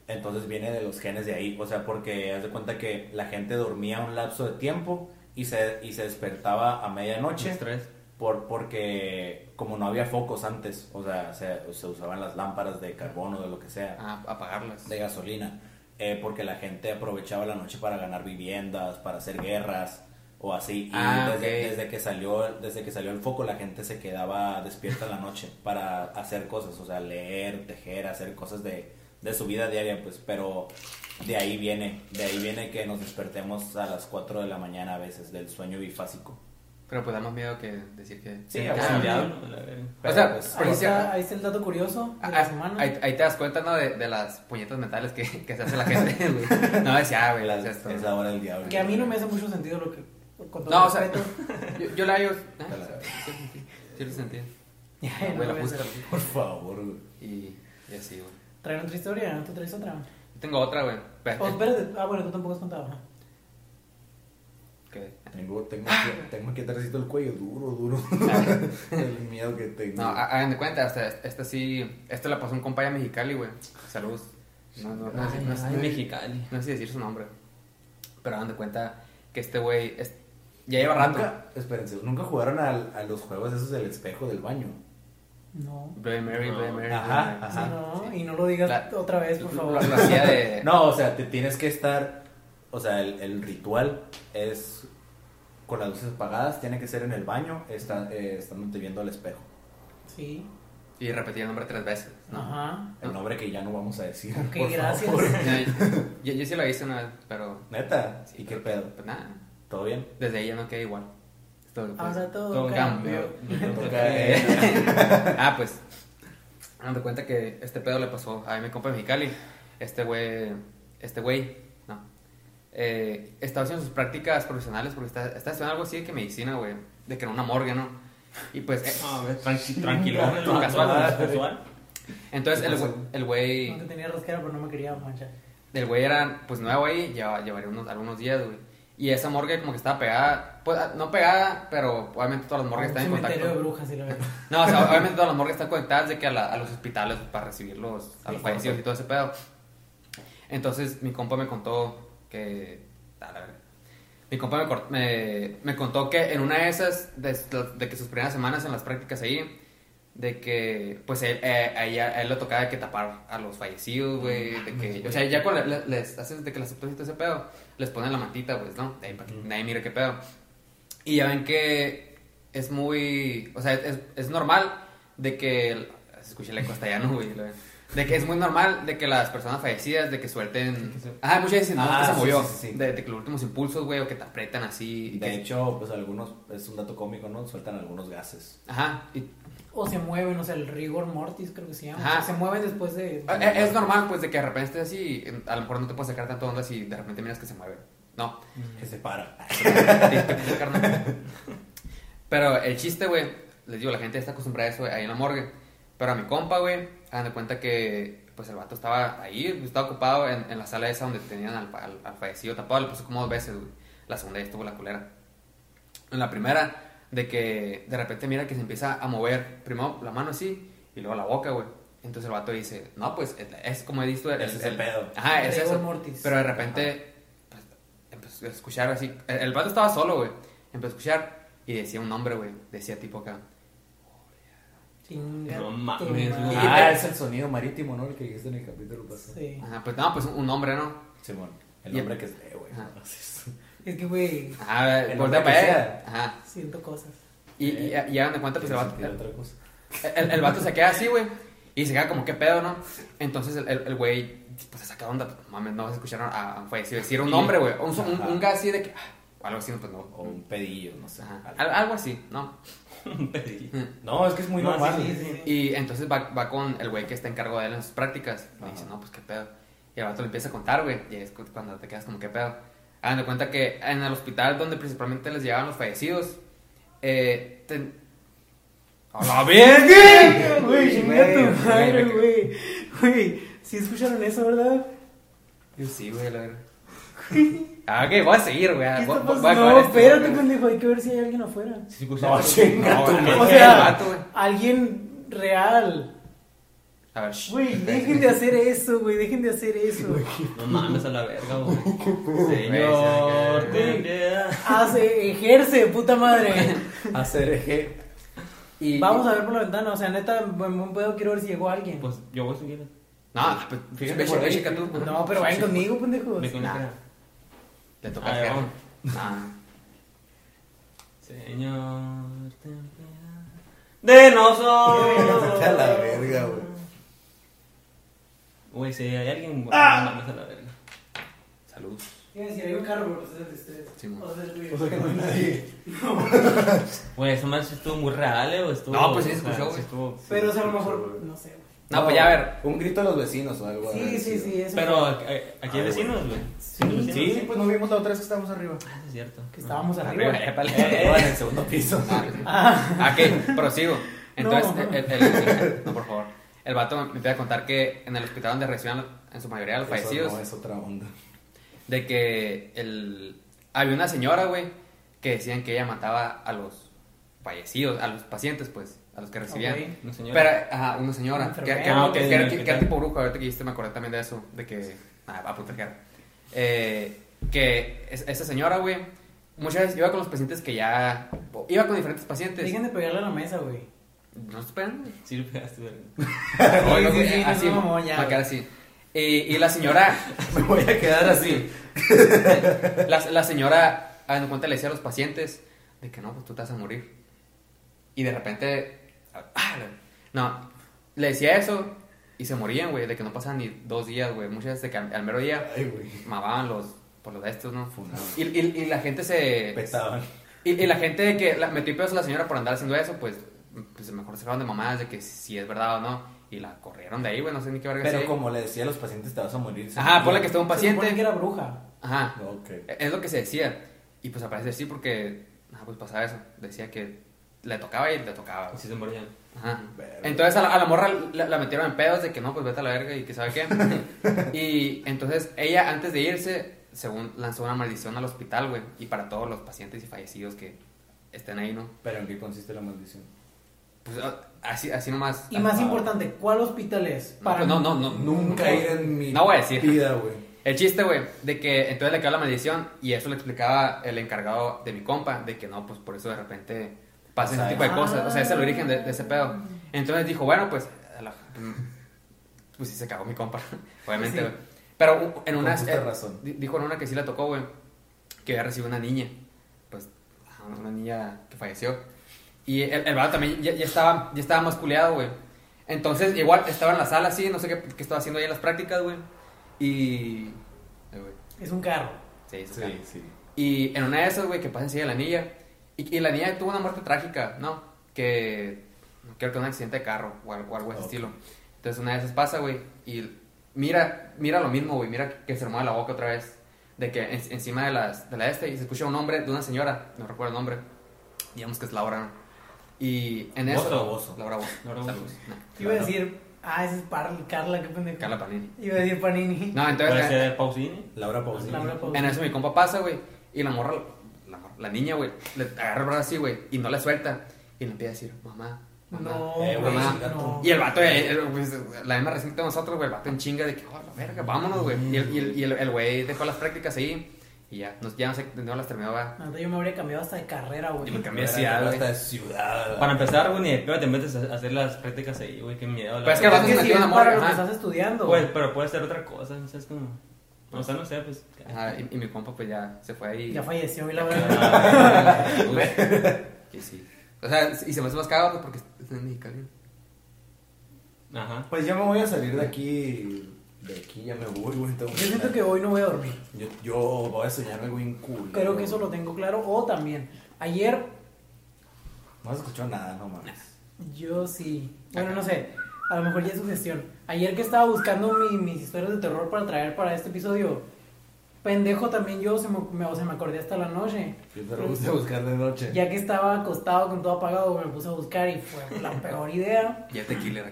Speaker 4: Entonces viene de los genes de ahí, o sea, porque haz de cuenta que la gente dormía un lapso de tiempo y se, y se despertaba a medianoche
Speaker 5: Las tres.
Speaker 4: por, porque como no había focos antes, o sea, se, se usaban las lámparas de carbón o de lo que sea
Speaker 1: Ah, apagarlas.
Speaker 4: de gasolina, eh, porque la gente aprovechaba la noche para ganar viviendas, para hacer guerras o así. Y
Speaker 1: Ah,
Speaker 4: desde,
Speaker 1: ok.
Speaker 4: desde que salió, desde que salió el foco, la gente se quedaba despierta en la noche para hacer cosas, o sea, leer, tejer, hacer cosas de, de su vida diaria, pues. Pero de ahí viene, de ahí viene que nos despertemos a las 4 de la mañana a veces del sueño bifásico.
Speaker 1: Pero pues da más miedo que decir que...
Speaker 4: Sí,
Speaker 1: Ah,
Speaker 4: o
Speaker 5: Ah,
Speaker 4: sea,
Speaker 5: el diablo, la verga.
Speaker 1: O
Speaker 4: Pero,
Speaker 1: sea,
Speaker 4: pues,
Speaker 2: Ahí
Speaker 1: por si-
Speaker 2: está, ahí está el dato curioso de la
Speaker 1: Ah,
Speaker 2: semana.
Speaker 1: Ahí, ahí te das cuenta, ¿no? De, de las puñetas mentales que, que se hace la gente, güey. No, decía, ah, güey,
Speaker 4: las-
Speaker 1: es esto.
Speaker 4: es la hora del diablo.
Speaker 2: Que a mí no me hace mucho sentido lo que. Con todo
Speaker 1: No, o sea,
Speaker 2: respeto.
Speaker 1: yo, yo la hallo. ah,
Speaker 4: Te la-
Speaker 1: sí, sí, sí lo sentí.
Speaker 2: Ya,
Speaker 1: Güey,
Speaker 2: no
Speaker 1: la
Speaker 2: me hace-
Speaker 1: música.
Speaker 4: Por favor, güey.
Speaker 1: Y, y así, güey.
Speaker 2: Traen otra historia, ¿no? ¿Tú traes otra?
Speaker 1: Yo tengo otra, güey. Espera,
Speaker 2: Oh, espérate. Ah, bueno, tú tampoco has contado. ajá.
Speaker 1: que-
Speaker 4: Tengo, tengo,
Speaker 1: Ah.
Speaker 4: que, tengo que atrásito el cuello duro, duro. el miedo que tengo.
Speaker 1: No, ah, ha- hagan de cuenta, o sea, esta sí... Esta la pasó un compañero mexicali, güey. Saludos. No, no, no,
Speaker 5: Ay,
Speaker 1: no, no,
Speaker 5: ay,
Speaker 1: no-
Speaker 5: Mexicali.
Speaker 1: No sé si decir su nombre. Pero hagan de cuenta que este güey es- ya lleva rato.
Speaker 4: Nunca, espérense, nunca jugaron al- a, los juegos esos del espejo del baño.
Speaker 2: No.
Speaker 1: Bloody Mary,
Speaker 5: No.
Speaker 1: Bloody Mary.
Speaker 4: Ajá,
Speaker 1: Bloody Mary.
Speaker 4: ajá.
Speaker 2: Sí, no,
Speaker 1: Ah, sí.
Speaker 2: y no lo digas
Speaker 1: La-
Speaker 2: otra vez, por favor.
Speaker 1: Lo, lo hacía de.
Speaker 4: No, o sea, te tienes que estar. O sea, el, el ritual es con las luces apagadas, tiene que ser en el baño, está, eh, estándote viendo al espejo.
Speaker 2: Sí.
Speaker 1: Y repetía el nombre tres veces. ¿no?
Speaker 2: Ajá.
Speaker 4: El nombre que ya no vamos a decir.
Speaker 2: Ok,
Speaker 4: por
Speaker 2: gracias.
Speaker 4: favor.
Speaker 1: Ya, Yo, yo sí lo hice una vez, pero.
Speaker 4: Neta, ¿y qué
Speaker 1: pero,
Speaker 4: pedo?
Speaker 1: Pues nada,
Speaker 4: ¿Todo bien?
Speaker 1: desde ahí ya no queda igual. Es todo lo que puedo
Speaker 2: Ahora
Speaker 1: decir.
Speaker 2: todo
Speaker 1: Todo
Speaker 2: cambió.
Speaker 4: Me
Speaker 1: Ok.
Speaker 4: toca, eh,
Speaker 1: ah, pues. Dando cuenta que este pedo le pasó a mi compa de Mexicali. Este güey. Este güey. No. Eh, estaba haciendo sus prácticas profesionales porque está, está haciendo algo así de que medicina, güey. De que en una morgue, ¿no? Y pues. eh,
Speaker 5: Ah, a ver, tranqui- tranquilo.
Speaker 1: Tranquilo.
Speaker 5: Casual, casual.
Speaker 1: entonces el güey- el güey.
Speaker 2: Aunque tenía rasquera, pero no me quería manchar.
Speaker 1: El güey era pues nuevo ahí, llevaba, llevaría unos, algunos días, güey. Y esa morgue como que estaba pegada, pues ah, no pegada, pero obviamente todas las morgues
Speaker 2: Un
Speaker 1: están en
Speaker 2: cementerio de
Speaker 1: contacto.
Speaker 2: brujas, sí, la verdad.
Speaker 1: No, o sea, obviamente todas las morgues están conectadas de que a, la- a los hospitales para recibirlos, a los
Speaker 2: Sí.
Speaker 1: fallecidos y todo ese pedo. Entonces mi compa me contó que... a la verga. Mi compa me, cor- me- me contó que en una de esas, de, de que sus primeras semanas en las prácticas ahí, de que, pues, él, eh, a, ella- a él le tocaba de que tapar a los fallecidos,
Speaker 4: Ah,
Speaker 1: güey, de que, o sea, ya cuando le- les haces de que las autopsias y todo ese pedo, les ponen la mantita, pues, ¿no? De ahí para que nadie mire qué pedo. Y ya ven que es muy, o sea, es, es normal de que, el- se escucha el eco hasta allá, ¿no, güey? La- De que es muy normal de que las personas fallecidas, de que suelten... Ah, muchas veces no, es
Speaker 4: Ah,
Speaker 1: que se
Speaker 4: sí,
Speaker 1: movió.
Speaker 4: sí, sí, sí.
Speaker 1: De, de que los últimos impulsos, güey, o que te apretan así. y
Speaker 4: De
Speaker 1: que-
Speaker 4: hecho, pues algunos, es un dato cómico, ¿no? Sueltan algunos gases.
Speaker 1: Ajá, y
Speaker 2: O se mueven, o sea, el rigor mortis creo que se llama.
Speaker 1: Ajá.
Speaker 2: O sea, se mueven después de...
Speaker 1: Ah, eh, Es normal, pues, de que de repente estés así, en- a lo mejor no te puedes sacar tanto onda si de repente miras que se mueve. No,
Speaker 4: Que se para.
Speaker 1: te- te- te- carnal. Pero el chiste, güey, les digo, la gente está acostumbrada a eso güey, ahí en la morgue. Pero a mi compa, güey, hagan de cuenta que pues el vato estaba ahí, estaba ocupado en, en la sala esa donde tenían al, fa- al- al fallecido tapado, le puso como dos veces, güey. La segunda ya estuvo la culera. En la primera, de que de repente mira que se empieza a mover, primero la mano así y luego la boca, güey. Entonces el vato dice, no, pues es, es como he visto. el-
Speaker 4: Ese es el pedo.
Speaker 1: Ajá, es
Speaker 2: Rigor
Speaker 1: eso.
Speaker 2: mortis.
Speaker 1: Pero de repente pues, empezó a escuchar así. El, el vato estaba solo, güey. Empezó a escuchar y decía un nombre, güey. Decía tipo acá.
Speaker 2: Chinga.
Speaker 5: No
Speaker 2: tu
Speaker 5: mames,
Speaker 2: madre.
Speaker 5: güey.
Speaker 4: Ah, es el sonido marítimo, ¿no? El que dijiste en el capítulo pasado.
Speaker 2: Sí.
Speaker 1: Ajá, pues no, pues un, un nombre, ¿no?
Speaker 4: Simón, el
Speaker 1: Y-
Speaker 4: nombre que es, eh, güey.
Speaker 1: Ajá.
Speaker 2: Es que, güey,
Speaker 1: Ajá,
Speaker 4: El
Speaker 1: voltea
Speaker 4: nombre
Speaker 1: para
Speaker 4: que
Speaker 1: allá.
Speaker 4: sea. Eh,
Speaker 1: Ajá.
Speaker 2: siento cosas.
Speaker 1: Y, y, y hagan de cuenta, pues el vato,
Speaker 4: Tiene otra cosa.
Speaker 1: El, el vato se queda así, güey. Y se queda como, ¿qué pedo, no? Entonces el- el el güey, pues se saca de onda. pues, no Mames, no ah, vas a escuchar a un fallecido decir un nombre, güey. Un, un,
Speaker 4: Ajá.
Speaker 1: un gas así de que. ah, algo así, pues no.
Speaker 4: O un pedillo, no sé.
Speaker 1: Ajá,
Speaker 4: algo.
Speaker 1: al- algo así, ¿no?
Speaker 4: No, es que es muy
Speaker 5: No,
Speaker 4: normal.
Speaker 5: sí, sí, sí.
Speaker 1: Y entonces va, va con el güey que está en cargo de él en sus prácticas. Y
Speaker 4: Ajá.
Speaker 1: dice, no, pues qué pedo. Y el vato le empieza a contar, güey. Y es cu- cuando te quedas como, qué pedo. Hagan de cuenta que en el hospital donde principalmente les llegaban los fallecidos, eh. ten- ¡A la verga!
Speaker 2: Güey, chinga
Speaker 1: Güey,
Speaker 2: tu madre,
Speaker 1: me-
Speaker 2: güey. Güey, sí escucharon eso, ¿verdad?
Speaker 1: Yo sí, güey, la verdad. Ah, ok, voy a seguir, güey.
Speaker 2: ¿Qué
Speaker 1: Voy-
Speaker 2: está
Speaker 1: voy- voy a
Speaker 2: pasando? No,
Speaker 1: acabar este esto,
Speaker 2: espérate,
Speaker 1: güey.
Speaker 2: pendejo, hay que ver si hay alguien afuera.
Speaker 5: pues,
Speaker 4: No, chinga
Speaker 1: No,
Speaker 4: tu
Speaker 1: güey,
Speaker 4: madre.
Speaker 2: O
Speaker 1: el
Speaker 2: sea,
Speaker 1: vato, güey.
Speaker 2: alguien real.
Speaker 1: A ver, shh.
Speaker 2: Güey, dejen de hacer eso, güey, dejen de hacer eso.
Speaker 5: No mames a la verga, güey.
Speaker 1: Güey,
Speaker 5: Señor,
Speaker 1: sí,
Speaker 5: ten
Speaker 1: güey.
Speaker 5: piedad.
Speaker 2: Hace, eh, ejerce, puta madre.
Speaker 4: Hacer eje.
Speaker 1: Y-
Speaker 2: Vamos a ver por la ventana, o sea, neta, buen, buen pedo, quiero ver si llegó alguien.
Speaker 5: Pues yo voy a seguir.
Speaker 1: No, pues,
Speaker 4: Fíjate
Speaker 1: ve-
Speaker 4: por
Speaker 1: ve-
Speaker 4: ahí.
Speaker 1: checa tú.
Speaker 2: No, pero vayan conmigo, pendejos.
Speaker 5: Me conecta.
Speaker 1: Le toca
Speaker 5: Ah,
Speaker 1: al jefe.
Speaker 5: vamos.
Speaker 1: Ah.
Speaker 5: Señor, ten piedad. De nosotros.
Speaker 4: Vete a la verga, güey.
Speaker 5: Güey, si hay alguien, güey, no mames a la verga.
Speaker 1: Salud.
Speaker 2: Iba a decir, hay un carro, pero pues es el estrés.
Speaker 1: Sí, mo.
Speaker 2: O sea, güey.
Speaker 4: O sea que no hay nadie.
Speaker 5: Güey, eso más estuvo muy real, eh, o estuvo.
Speaker 1: No, pues sí se
Speaker 5: o sea,
Speaker 1: escuchó, güey.
Speaker 5: estuvo-
Speaker 2: Pero o sea, a lo mejor, no sé. güey.
Speaker 1: No, pues ya a ver.
Speaker 4: Un grito de los vecinos o algo.
Speaker 2: Sí,
Speaker 4: haber
Speaker 2: sí,
Speaker 4: sido.
Speaker 2: sí, eso.
Speaker 5: Pero
Speaker 2: fue.
Speaker 5: eh, aquí hay
Speaker 4: Ay,
Speaker 5: vecinos, güey.
Speaker 4: Sí,
Speaker 5: Sí, sí.
Speaker 4: pues no vimos la otra vez que estábamos arriba.
Speaker 5: Ah, sí, es cierto.
Speaker 2: Que estábamos arriba.
Speaker 1: Arriba, eh, ya para
Speaker 4: Arriba en el segundo piso.
Speaker 1: Ah, ok, prosigo. Entonces,
Speaker 2: No.
Speaker 1: el, el- el- no, por favor. El vato me empieza a contar que en el hospital donde reciban en su mayoría a los fallecidos,
Speaker 4: Eso no es otra onda.
Speaker 1: de que el, había una señora, güey, que decían que ella mataba a los fallecidos, a los pacientes, pues, a los que recibían.
Speaker 2: Ok.
Speaker 5: Una señora.
Speaker 1: Pero, ajá, una señora.
Speaker 2: Una
Speaker 1: Que,
Speaker 2: enfermera.
Speaker 1: que,
Speaker 5: Ah, ok,
Speaker 1: que-
Speaker 5: en
Speaker 1: que-
Speaker 5: el
Speaker 1: que- que
Speaker 5: hospital.
Speaker 1: era tipo bruja, ahorita que dijiste me acordé también de eso, de que, nada, va a proteger. Eh, que es- esa señora, güey, muchas veces iba con los pacientes que ya, iba con diferentes pacientes.
Speaker 2: Dejen de pegarle a la mesa, güey.
Speaker 1: No se pegan, güey.
Speaker 5: Sí, le pegaste, verga.
Speaker 1: No, no,
Speaker 2: sí, sí,
Speaker 1: güey,
Speaker 2: no,
Speaker 1: así,
Speaker 2: no, no, ya,
Speaker 1: va a quedar así. Y, y la señora,
Speaker 4: Me voy a quedar así.
Speaker 1: la, la señora, en cuenta le decía a los pacientes, de que no, pues tú te vas a morir. Y de repente, ah, no, le decía eso y se morían, güey, de que no pasaban ni dos días, güey. Muchas veces de que al, al mero día
Speaker 4: Ay, güey.
Speaker 1: mamaban los, por los de estos, ¿no?
Speaker 4: Funaban.
Speaker 1: Y, y- y la gente se...
Speaker 4: Petaban.
Speaker 1: Y, y la gente de que la, metió pedos a la señora por andar haciendo eso, pues, pues mejor se fueron de mamadas de que si es verdad o no. Y la corrieron de ahí, güey, no sé ni qué verga
Speaker 4: Pero
Speaker 1: sea.
Speaker 4: como le decía a los pacientes, te vas a morir.
Speaker 1: Ajá, ponle que
Speaker 4: está
Speaker 1: estaba un
Speaker 2: Se supone que
Speaker 1: paciente.
Speaker 2: era bruja.
Speaker 1: Ajá.
Speaker 4: Ok.
Speaker 1: Es lo que se decía. Y pues aparece así porque, ah, pues pasaba eso. Decía que le tocaba y le tocaba.
Speaker 5: Y sí se morían.
Speaker 1: Ajá.
Speaker 4: Verga.
Speaker 1: Entonces a la, a la morra la, la metieron en pedos de que no, pues vete a la verga y que sabe qué. y entonces ella antes de irse, según lanzó una maldición al hospital, güey. Y para todos los pacientes y fallecidos que estén ahí, ¿no?
Speaker 4: Pero en qué consiste la maldición.
Speaker 1: Pues ah, así, así nomás.
Speaker 2: Y más
Speaker 4: Ah.
Speaker 2: importante, ¿cuál hospital es?
Speaker 1: No, pues, no, no, no.
Speaker 4: Nunca ir en mi
Speaker 1: No voy a decir.
Speaker 4: vida, güey.
Speaker 1: El chiste, güey, de que entonces le quedó la maldición y eso le explicaba el encargado de mi compa, de que no, pues por eso de repente pasa ese
Speaker 4: Pasa
Speaker 1: tipo de
Speaker 2: eso.
Speaker 1: cosas, o sea, ese es el
Speaker 2: Ah.
Speaker 1: origen de, de ese pedo. Entonces dijo, bueno, pues, a la- pues sí se cagó mi compa, obviamente,
Speaker 2: Sí.
Speaker 1: güey. Pero u- en
Speaker 4: Con
Speaker 1: una, eh,
Speaker 4: justa razón.
Speaker 1: di- dijo en una que sí la tocó, güey, que había recibido una niña, pues, ajá, una niña que falleció. Y el, el vato también ya, ya estaba, ya estaba masculeado, güey. Entonces, igual estaba en la sala así, no sé qué, qué estaba haciendo ahí en las prácticas, güey. Y. Ay, güey.
Speaker 2: Es un carro.
Speaker 1: Sí, sí,
Speaker 4: Sí,
Speaker 1: sí.
Speaker 4: sí.
Speaker 1: Y en una de esas, güey, que pasa encima de la niña. Y, y la niña tuvo una muerte trágica, ¿no? Que. Creo que un accidente de carro o algo, o algo de ese
Speaker 4: Ok.
Speaker 1: estilo. Entonces, una de esas pasa, güey. Y mira, mira lo mismo, güey. Mira que se mueve la boca otra vez. De que en- encima de, las, de la este. Y se escucha un nombre de una señora, no recuerdo el nombre. digamos que es Laura. Y en
Speaker 4: ¿Bozo
Speaker 1: eso.
Speaker 4: o Bozo?
Speaker 1: Laura Bozo.
Speaker 5: Laura Bozo.
Speaker 1: Saludos. No,
Speaker 2: Iba a decir, ah, esa es Par- Carla, qué pendejo.
Speaker 1: Carla Panini.
Speaker 2: Iba a decir Panini. pues,
Speaker 1: No,
Speaker 5: Puede
Speaker 1: entonces.
Speaker 5: ser Pausini.
Speaker 4: Laura Pausini.
Speaker 2: Laura Pausini.
Speaker 1: En eso mi compa pasa, güey. Y la morra, la, morra- la niña, güey, le agarra el brazo así, güey, y no la suelta. Y le empieza a decir, mamá, mamá.
Speaker 2: No,
Speaker 4: Eh,
Speaker 2: güey,
Speaker 4: güey,
Speaker 1: mamá.
Speaker 4: chinga
Speaker 2: no.
Speaker 4: tú.
Speaker 1: Y el vato, eh, el- pues, la misma recién que nosotros, güey, el vato en chinga de que, oh, la verga, vámonos, güey. Y el- y el- y el el güey dejó las prácticas ahí y ya, nos, ya no, se, no las terminó, va.
Speaker 2: La neta, yo me habría cambiado hasta de carrera, güey.
Speaker 1: Yo me cambié
Speaker 4: Mira,
Speaker 1: de ciudad,
Speaker 4: hasta
Speaker 1: güey.
Speaker 4: de ciudad.
Speaker 5: Para empezar, güey, ni de pedo te metes a hacer las prácticas ahí, güey, qué miedo. la
Speaker 1: Pero es que
Speaker 2: Es
Speaker 5: verdad.
Speaker 1: vas a
Speaker 2: que
Speaker 1: meter
Speaker 2: si es
Speaker 1: una
Speaker 2: para
Speaker 1: morra,
Speaker 2: lo que
Speaker 1: ajá.
Speaker 2: estás estudiando.
Speaker 5: Pues, pero puede ser otra cosa, o sea, es como... O sea, no sé, pues...
Speaker 1: Ajá, y, y mi compa, pues ya se fue ahí.
Speaker 2: Ya falleció, y
Speaker 1: pues,
Speaker 2: la verdad.
Speaker 1: Ah, Y sí. O sea, y se me hace más cagado pues, porque es en Mexicali.
Speaker 5: Ajá.
Speaker 4: Pues yo me voy a salir de aquí. De aquí ya me voy, güey. tengo
Speaker 2: Yo siento que hoy no voy a dormir.
Speaker 4: Yo, yo voy a soñar algo bien cool.
Speaker 2: Creo que eso lo tengo claro. O también, ayer
Speaker 4: No has escuchado nada, no mames.
Speaker 2: Yo sí. Bueno,
Speaker 1: Ajá.
Speaker 2: no sé. A lo mejor ya es sugestión. Ayer que estaba buscando mi- mis historias de terror para traer para este episodio, pendejo también yo, se me, me- o sea, me acordé hasta la noche.
Speaker 4: Yo te lo gusta buscar de noche.
Speaker 2: Ya que estaba acostado con todo apagado, me puse a buscar y fue la peor idea.
Speaker 1: Y el tequila.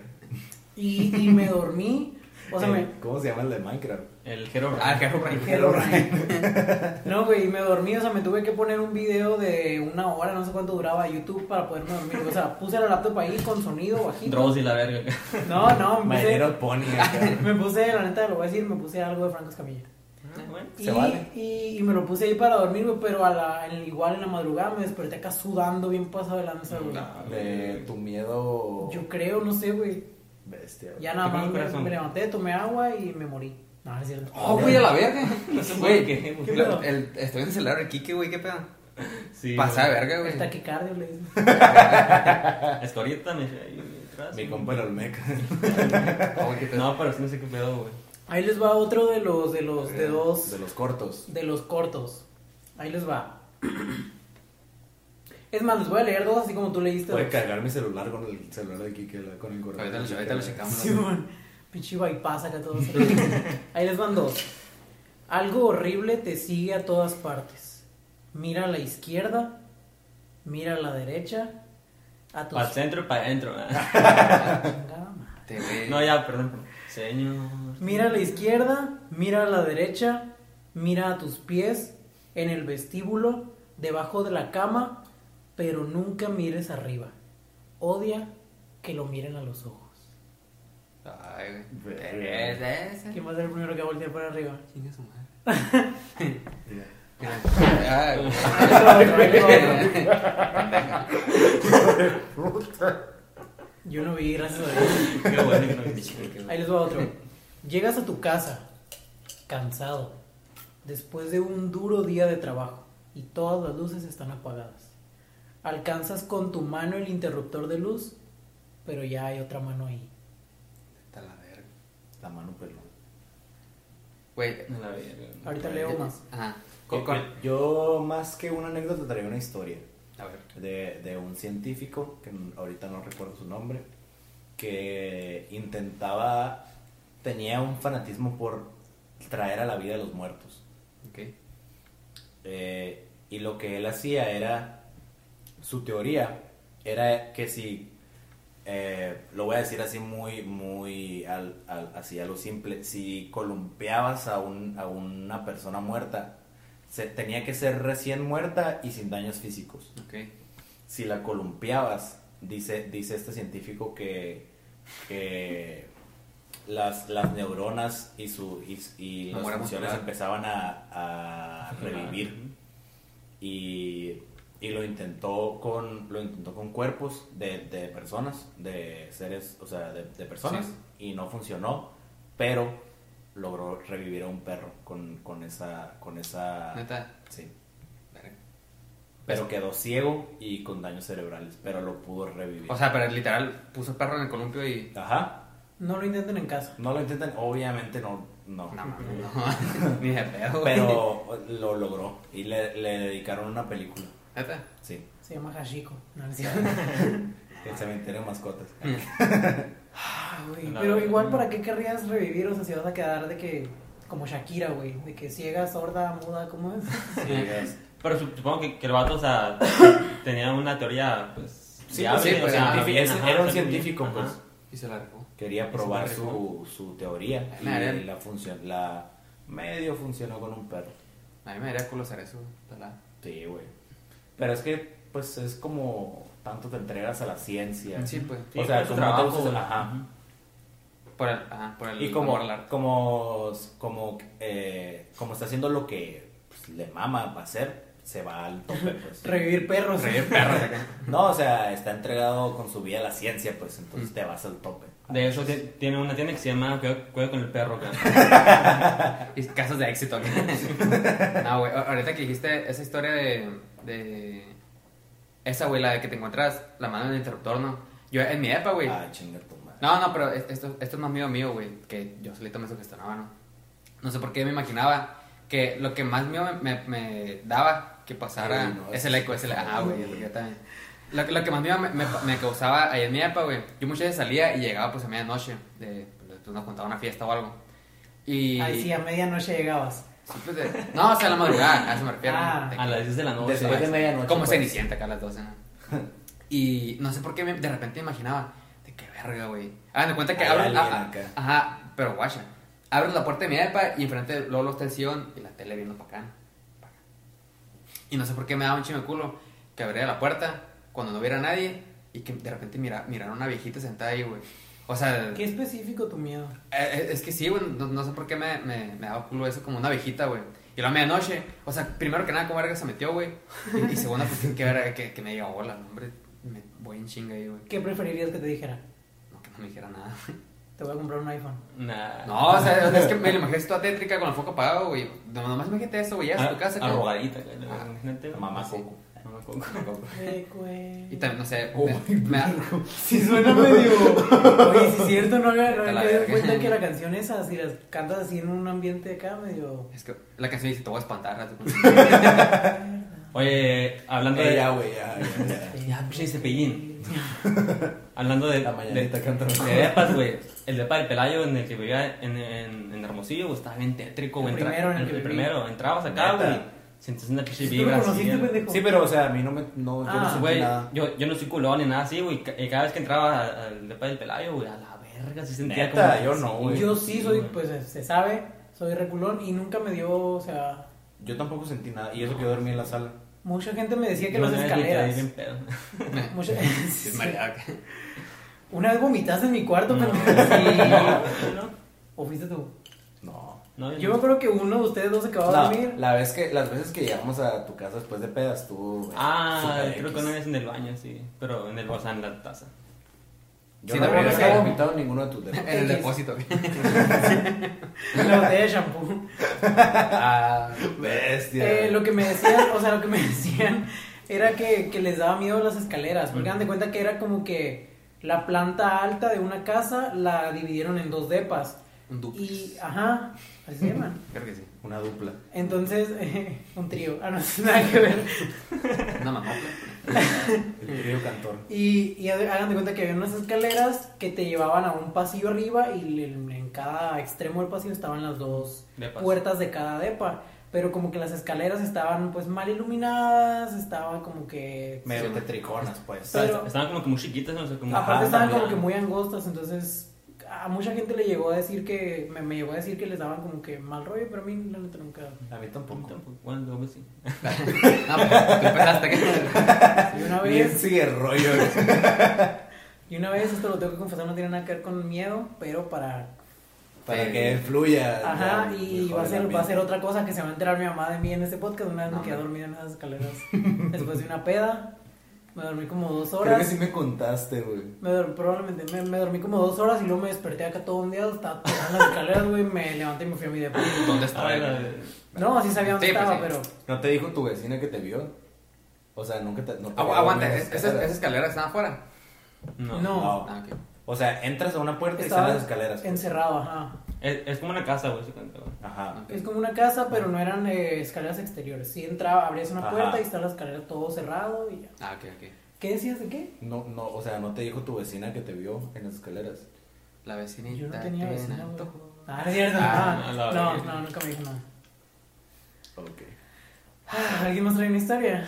Speaker 2: Y, y me dormí. O sea,
Speaker 4: Eh,
Speaker 2: me,
Speaker 4: ¿Cómo se llama el de Minecraft?
Speaker 5: El Hero
Speaker 1: Ah, que Ryan.
Speaker 2: no, güey, y me dormí. O sea, me tuve que poner un video de una hora, no sé cuánto duraba, a YouTube para poderme dormir. O sea, puse la laptop ahí con sonido bajito.
Speaker 5: Dross y la verga.
Speaker 2: No, no, me
Speaker 4: My
Speaker 2: puse-
Speaker 4: Little Pony. acá.
Speaker 2: Me puse, la neta, lo voy a decir, me puse algo de Franco Escamilla.
Speaker 5: Ah, bueno.
Speaker 2: Y,
Speaker 4: Se vale.
Speaker 2: y, y me lo puse ahí para dormir, güey, pero a la, en- igual en la madrugada me desperté acá sudando, bien pasado de lanza, güey.
Speaker 5: Nah.
Speaker 4: De tu miedo.
Speaker 2: Yo creo, no sé, güey.
Speaker 4: Bestia. güey.
Speaker 2: Ya nada
Speaker 5: ¿Qué
Speaker 2: más
Speaker 5: fue el
Speaker 2: me,
Speaker 5: corazón?
Speaker 2: me levanté, tomé agua y me morí. No, no es cierto.
Speaker 1: Oh, güey, a la verga.
Speaker 5: No sé por
Speaker 1: Güey,
Speaker 5: qué, güey.
Speaker 2: ¿Qué
Speaker 1: lo-
Speaker 2: pedo?
Speaker 1: el- estoy viendo el celular de Kike, güey, qué pedo.
Speaker 5: Sí,
Speaker 1: Pasa de
Speaker 5: güey.
Speaker 1: verga,
Speaker 2: El
Speaker 1: güey.
Speaker 2: taquicardio le dicen.
Speaker 5: Es que ahorita me ahí atrás.
Speaker 4: Mi compa el Olmeca.
Speaker 1: Oh, güey, qué pedo.
Speaker 5: No, pero sí no sé qué pedo, güey.
Speaker 2: Ahí les va otro de los, de los, de dos,
Speaker 4: De los cortos.
Speaker 2: de los cortos. Ahí les va. Es más, les voy a leer dos así como tú leíste.
Speaker 4: Voy a
Speaker 2: dos.
Speaker 4: cargar mi celular con el celular de Kike, la- con el correo.
Speaker 1: Ahorita lo- ahorita lo checamos.
Speaker 2: Simón, pinche bypass acá todos. Ahí les van dos. Algo horrible te sigue a todas partes. Mira a la izquierda, mira a la derecha, a tus
Speaker 5: Para el centro y para adentro. ¿verdad?
Speaker 1: Ah,
Speaker 2: Chingada madre.
Speaker 1: Te ve.
Speaker 5: No, ya, perdón. Señor.
Speaker 2: Mira a la izquierda, mira a la derecha, mira a tus pies, en el vestíbulo, debajo de la cama, pero nunca mires arriba. Odia que lo miren a los ojos.
Speaker 1: Ay, güey.
Speaker 4: Verga.
Speaker 1: Te ve, es
Speaker 2: ¿Quién
Speaker 1: ese.
Speaker 2: va a ser el primero que va a voltear para arriba?
Speaker 1: Chinga su madre. Mira. Ay, güey.
Speaker 2: Yo no vi, gracias a Dios.
Speaker 5: Qué bueno que no me dijiste.
Speaker 2: Ahí les va otro. Llegas a tu casa, cansado, después de un duro día de trabajo y todas las luces están apagadas. Alcanzas con tu mano el interruptor de luz, pero ya hay otra mano ahí.
Speaker 1: Está la verga.
Speaker 4: La mano pues, peluda.
Speaker 1: Güey.
Speaker 5: No la verga.
Speaker 2: Ahorita leo más.
Speaker 1: Ajá.
Speaker 4: Yo-
Speaker 1: Con- con-
Speaker 4: Eh, Yo, más que una anécdota, traía una historia.
Speaker 1: A ver.
Speaker 4: de, de un científico, que n- ahorita no recuerdo su nombre, que intentaba, tenía un fanatismo por traer a la vida a los muertos.
Speaker 1: Ok.
Speaker 4: Eh, y lo que él hacía era, su teoría era que si, eh, lo voy a decir así muy, muy, al, al- así a lo simple, si columpiabas a, un, a una persona muerta, se, tenía que ser recién muerta y sin daños físicos
Speaker 1: Ok.
Speaker 4: si la columpiabas, dice, dice este científico que, que las, las neuronas y, su, y, y las
Speaker 1: Memoria
Speaker 4: funciones
Speaker 1: muscular.
Speaker 4: empezaban a, a revivir. Y, y lo intentó con lo intentó con cuerpos de, de personas, de seres, o sea, de, de personas, y no funcionó, pero logró revivir a un perro con, con esa con esa
Speaker 1: Neta.
Speaker 4: sí
Speaker 1: Verga.
Speaker 4: pero quedó ciego y con daños cerebrales, pero lo pudo revivir.
Speaker 1: O sea, pero literal puso el perro en el columpio y.
Speaker 4: Ajá.
Speaker 2: No lo intenten en casa.
Speaker 4: No lo intentan, obviamente no. No.
Speaker 1: No, mames, no. Ni de pedo. güey.
Speaker 4: Pero lo logró y le, le dedicaron una película.
Speaker 1: Neta.
Speaker 4: Sí.
Speaker 2: Se llama Hashiko. No, no es cierto.
Speaker 4: El cementerio de mascotas.
Speaker 2: Ah, güey,
Speaker 5: No,
Speaker 2: Pero
Speaker 5: no,
Speaker 2: Ah, igual,
Speaker 5: no.
Speaker 2: ¿para qué querrías revivir? O sea, si vas a quedar de que Como Shakira, güey, de que ciega, sorda, muda, ¿cómo es?
Speaker 4: Sí,
Speaker 5: Pero sup- supongo que, que el vato, o sea, tenía una teoría, pues.
Speaker 4: Sí,
Speaker 5: viable,
Speaker 1: pues, sí,
Speaker 5: o
Speaker 1: pues,
Speaker 5: sea,
Speaker 1: científico,
Speaker 5: bien,
Speaker 4: ese
Speaker 5: ajá,
Speaker 4: era un
Speaker 5: o sea, bien,
Speaker 4: científico,
Speaker 5: ajá.
Speaker 4: pues.
Speaker 1: Y se la rifó.
Speaker 4: Quería probar su, su teoría
Speaker 1: Nah, era-
Speaker 4: y la función, la medio funcionó con un perro.
Speaker 1: A mí me daría culo hacer eso. tala.
Speaker 4: Sí, güey. Pero es que, pues, es como tanto te entregas a la ciencia.
Speaker 1: Sí, pues.
Speaker 5: Sí,
Speaker 4: o sea,
Speaker 5: pues,
Speaker 4: como
Speaker 5: trabajo,
Speaker 4: te gusta-
Speaker 5: güey.
Speaker 4: ajá.
Speaker 1: Por el, ajá, por el
Speaker 4: Y como,
Speaker 1: amor al arte.
Speaker 4: como, como, eh, como está haciendo lo que pues, le mama va a hacer, se va al tope, pues.
Speaker 2: Revivir perros.
Speaker 1: Reír perros acá.
Speaker 4: No, o sea, está entregado con su vida a la ciencia, pues, entonces te vas al tope.
Speaker 5: Mm. De eso ti- tiene una tiene que se llama Cuidado, cuidado con el perro, cara.
Speaker 1: Y casos de éxito. aquí. no, güey. a- Ahorita que dijiste esa historia de. de esa, güey, la de que te encuentras la mano en el interruptor, ¿no? Yo en mi EPA, güey.
Speaker 4: Ah, chinga tu madre.
Speaker 1: No, no, pero es- esto, esto es más mío mío, güey. Que yo solito me sugestionaba, ¿no? No sé por qué me imaginaba que lo que más mío me, me- me daba que pasara
Speaker 4: Uy, no,
Speaker 1: es
Speaker 4: eso
Speaker 1: el
Speaker 4: es-
Speaker 1: eco, es el. Ah, güey, es lo que yo también. Lo, que- lo que más miedo me, me, me causaba ahí en mi EPA, güey. Yo muchas veces salía y llegaba pues a medianoche. De, pues, nos contaba una fiesta o algo. Y.
Speaker 2: Ahí sí, a medianoche llegabas.
Speaker 1: Sí, pues, de- No, o sea, a la madrugada, a eso me refiero.
Speaker 2: Ah,
Speaker 5: A las 10 de la noche.
Speaker 4: Después de medianoche.
Speaker 1: Como
Speaker 4: pues.
Speaker 1: Cenicienta acá a las 12, ¿no? Y no sé por qué me- de repente me imaginaba, de qué verga, güey. Hagan de cuenta que
Speaker 4: Hay
Speaker 1: abro.
Speaker 4: alguien
Speaker 1: ah, ah,
Speaker 4: acá.
Speaker 1: Ajá, pero guacha. Abro la puerta de mi iPad y enfrente luego los está el sillón y la tele viendo para acá. pa' acá. Y no sé por qué me daba un chingo de culo que abría la puerta cuando no hubiera nadie y que de repente mira, mirara una viejita sentada ahí, güey. O sea,
Speaker 2: Qué específico tu miedo.
Speaker 1: eh, eh, Es que sí, güey, no, no sé por qué me, me, me daba culo eso como una viejita, güey. Y la medianoche, o sea, primero que nada, cómo verga se metió, güey. Y, y segunda, pues qué- qué verga que, que me diga hola, no, hombre, me voy en chinga ahí, güey.
Speaker 2: ¿Qué preferirías que te dijera?
Speaker 1: No, que no me dijera nada.
Speaker 2: Te voy a comprar un iPhone.
Speaker 5: Nah.
Speaker 1: No, o sea, es que me la imaginé toda tétrica con el foco apagado, güey. No, nomás imagínate eso, güey, ya
Speaker 5: Ah,
Speaker 1: es tu casa. güey.
Speaker 5: Arrogadita, cara.
Speaker 1: Ah,
Speaker 5: Imagínate.
Speaker 4: Mamá
Speaker 5: así.
Speaker 4: Coco.
Speaker 5: Mamá Coco.
Speaker 1: Y también, no sé, me, me da-
Speaker 2: Si suena medio. Oye, si es cierto, no había no
Speaker 1: Te
Speaker 2: había
Speaker 1: la
Speaker 2: caído en
Speaker 1: verga.
Speaker 2: cuenta que la canción esa, si las cantas así en un ambiente acá, medio.
Speaker 1: Es que la canción dice, te voy a espantar. a tu cuenta".
Speaker 5: Oye, hablando
Speaker 4: Eh,
Speaker 5: de.
Speaker 4: ya, güey, ya, ya, ya.
Speaker 5: Ya, pinche cepillín. Hablando de.
Speaker 4: La mañanita
Speaker 5: de-
Speaker 4: canta la-
Speaker 5: De depas, güey. El depa del Pelayo en el que vivía en, en, en Hermosillo, güey, estaba bien tétrico, güey.
Speaker 2: El
Speaker 5: Entra-
Speaker 2: primero en el que
Speaker 5: el
Speaker 2: viví.
Speaker 5: primero. Entrabas acá,
Speaker 4: Neta.
Speaker 5: güey. Sientes una pinche
Speaker 2: ¿Tú lo
Speaker 5: vibra. así,
Speaker 2: conociste,
Speaker 5: güey.
Speaker 2: pendejo?
Speaker 4: Sí, pero, o sea, a mí no me, no, yo no
Speaker 2: Ah,
Speaker 4: sentí
Speaker 5: Güey,
Speaker 4: nada.
Speaker 5: yo, yo no soy culón ni nada así, güey. ca- y Cada vez que entraba a- al depa del Pelayo, güey, a la verga se sentía
Speaker 4: Neta,
Speaker 5: como.
Speaker 4: yo no, güey.
Speaker 2: Yo sí soy,
Speaker 5: güey.
Speaker 2: pues se sabe, soy reculón y nunca me dio, o sea.
Speaker 4: Yo tampoco sentí nada, y eso que yo dormí en la sala.
Speaker 2: Mucha gente me decía que
Speaker 5: Yo
Speaker 2: las
Speaker 5: una vez me quedé
Speaker 2: escaleras.
Speaker 5: bien pedo.
Speaker 2: Mucha-
Speaker 1: Es mareada.
Speaker 2: Una vez vomitaste en mi cuarto,
Speaker 5: No.
Speaker 2: pero.
Speaker 5: No,
Speaker 2: ¿O fuiste tú?
Speaker 4: No.
Speaker 5: no,
Speaker 2: Yo me acuerdo que uno de ustedes dos se acababa de
Speaker 4: La,
Speaker 2: dormir.
Speaker 4: la vez que, las veces que llegamos a tu casa después de pedas, tú. güey,
Speaker 5: Ah,
Speaker 4: super
Speaker 5: creo que
Speaker 4: X.
Speaker 5: una vez en el baño, sí. Pero en el o sea, en la taza.
Speaker 4: Yo
Speaker 1: Sí,
Speaker 4: no,
Speaker 1: también
Speaker 4: no
Speaker 1: es
Speaker 4: había
Speaker 1: que-
Speaker 4: vomitado ninguno de tus dedos.
Speaker 1: En el depósito, güey.
Speaker 2: La botella de shampoo.
Speaker 1: Ah,
Speaker 4: Bestia.
Speaker 2: Eh, lo que me decían, o sea, lo que me decían era que, que les daba miedo las escaleras, porque hagan de cuenta que era como que la planta alta de una casa la dividieron en dos depas.
Speaker 1: un duplo.
Speaker 2: Y, ah. ajá, así se llama.
Speaker 1: Creo que sí.
Speaker 4: Una dupla.
Speaker 2: Entonces, eh, un trío, ah, no, nada que ver.
Speaker 1: Una mamopla.
Speaker 4: El trío cantor.
Speaker 2: Y, y hagan de cuenta que había unas escaleras que te llevaban a un pasillo arriba y en, en cada extremo del pasillo estaban las dos
Speaker 5: Depas.
Speaker 2: puertas de cada depa. Pero como que las escaleras estaban pues mal iluminadas, estaban como que...
Speaker 4: Medio
Speaker 1: Sí.
Speaker 4: tetriconas, pues.
Speaker 5: O sea,
Speaker 2: Pero-
Speaker 5: estaban como que muy chiquitas, no sé, como...
Speaker 2: Aparte
Speaker 5: Ajá,
Speaker 2: estaban
Speaker 5: también.
Speaker 2: como que muy angostas, entonces a mucha gente le llegó a decir que... Me, me llegó a decir que les daban como que mal rollo, pero a mí la neta nunca...
Speaker 4: A mí tampoco.
Speaker 5: Tampoco, Bueno, luego sí.
Speaker 1: No, pues, tú empezaste que.
Speaker 2: Y una
Speaker 4: Bien
Speaker 2: vez,
Speaker 4: sigue rollo. güey.
Speaker 2: y una vez, esto lo tengo que confesar, no tiene nada que ver con miedo, pero para
Speaker 4: Para
Speaker 1: Sí.
Speaker 4: que fluya.
Speaker 2: Ajá,
Speaker 4: ya,
Speaker 2: y
Speaker 4: mejor
Speaker 2: va a,
Speaker 4: el
Speaker 2: ser, va a
Speaker 4: ambiente.
Speaker 2: ser otra cosa que se va a enterar mi mamá de mí en este podcast. Una vez
Speaker 1: No,
Speaker 2: me quedé
Speaker 1: hombre.
Speaker 2: dormida en esas escaleras después de una peda. Me dormí como dos
Speaker 4: Creo que
Speaker 2: horas.
Speaker 4: sí me contaste, güey.
Speaker 2: Me dor- probablemente me, me dormí como dos horas y luego me desperté acá todo un día. Estaba en las escaleras, güey. Me levanté y me fui a mi depa.
Speaker 1: ¿Dónde
Speaker 5: Ah,
Speaker 1: estaba?
Speaker 5: era-
Speaker 1: güey?
Speaker 2: No, así sabía dónde
Speaker 1: Sí, pues,
Speaker 2: estaba,
Speaker 1: sí.
Speaker 2: pero.
Speaker 4: ¿No te dijo tu vecina que te vio? O sea, nunca te. No te
Speaker 1: Agu-
Speaker 4: vio
Speaker 1: Ah, aguanta,
Speaker 4: dormir en
Speaker 1: ¿es- ¿esas
Speaker 4: las
Speaker 1: esas
Speaker 4: escaleras?
Speaker 1: escaleras están afuera?
Speaker 5: No.
Speaker 2: No.
Speaker 1: Ah, ok.
Speaker 4: O sea, entras a una puerta y están
Speaker 2: Estaba
Speaker 4: las escaleras. pues.
Speaker 2: encerrado, ajá.
Speaker 5: Es, es como una casa, güey, se cuenta, güey.
Speaker 4: Ajá.
Speaker 2: Es como una casa, pero no eran eh, escaleras exteriores. Sí entraba, abrías una
Speaker 4: Ajá.
Speaker 2: puerta y estaba la escalera todo cerrado y ya.
Speaker 1: Ah, ok, ok.
Speaker 2: ¿Qué decías de qué?
Speaker 4: No, no, o sea, no te dijo tu vecina que te vio en las escaleras.
Speaker 1: La vecinita.
Speaker 2: Yo no tenía
Speaker 1: tiene
Speaker 2: vecina, güey.
Speaker 1: antojo.
Speaker 2: No, no es cierto.
Speaker 1: Ah,
Speaker 2: no,
Speaker 1: no, la
Speaker 2: no,
Speaker 1: verga.
Speaker 2: no, nunca me dijo nada.
Speaker 4: Ok.
Speaker 2: Ah, ¿Alguien más trae una historia?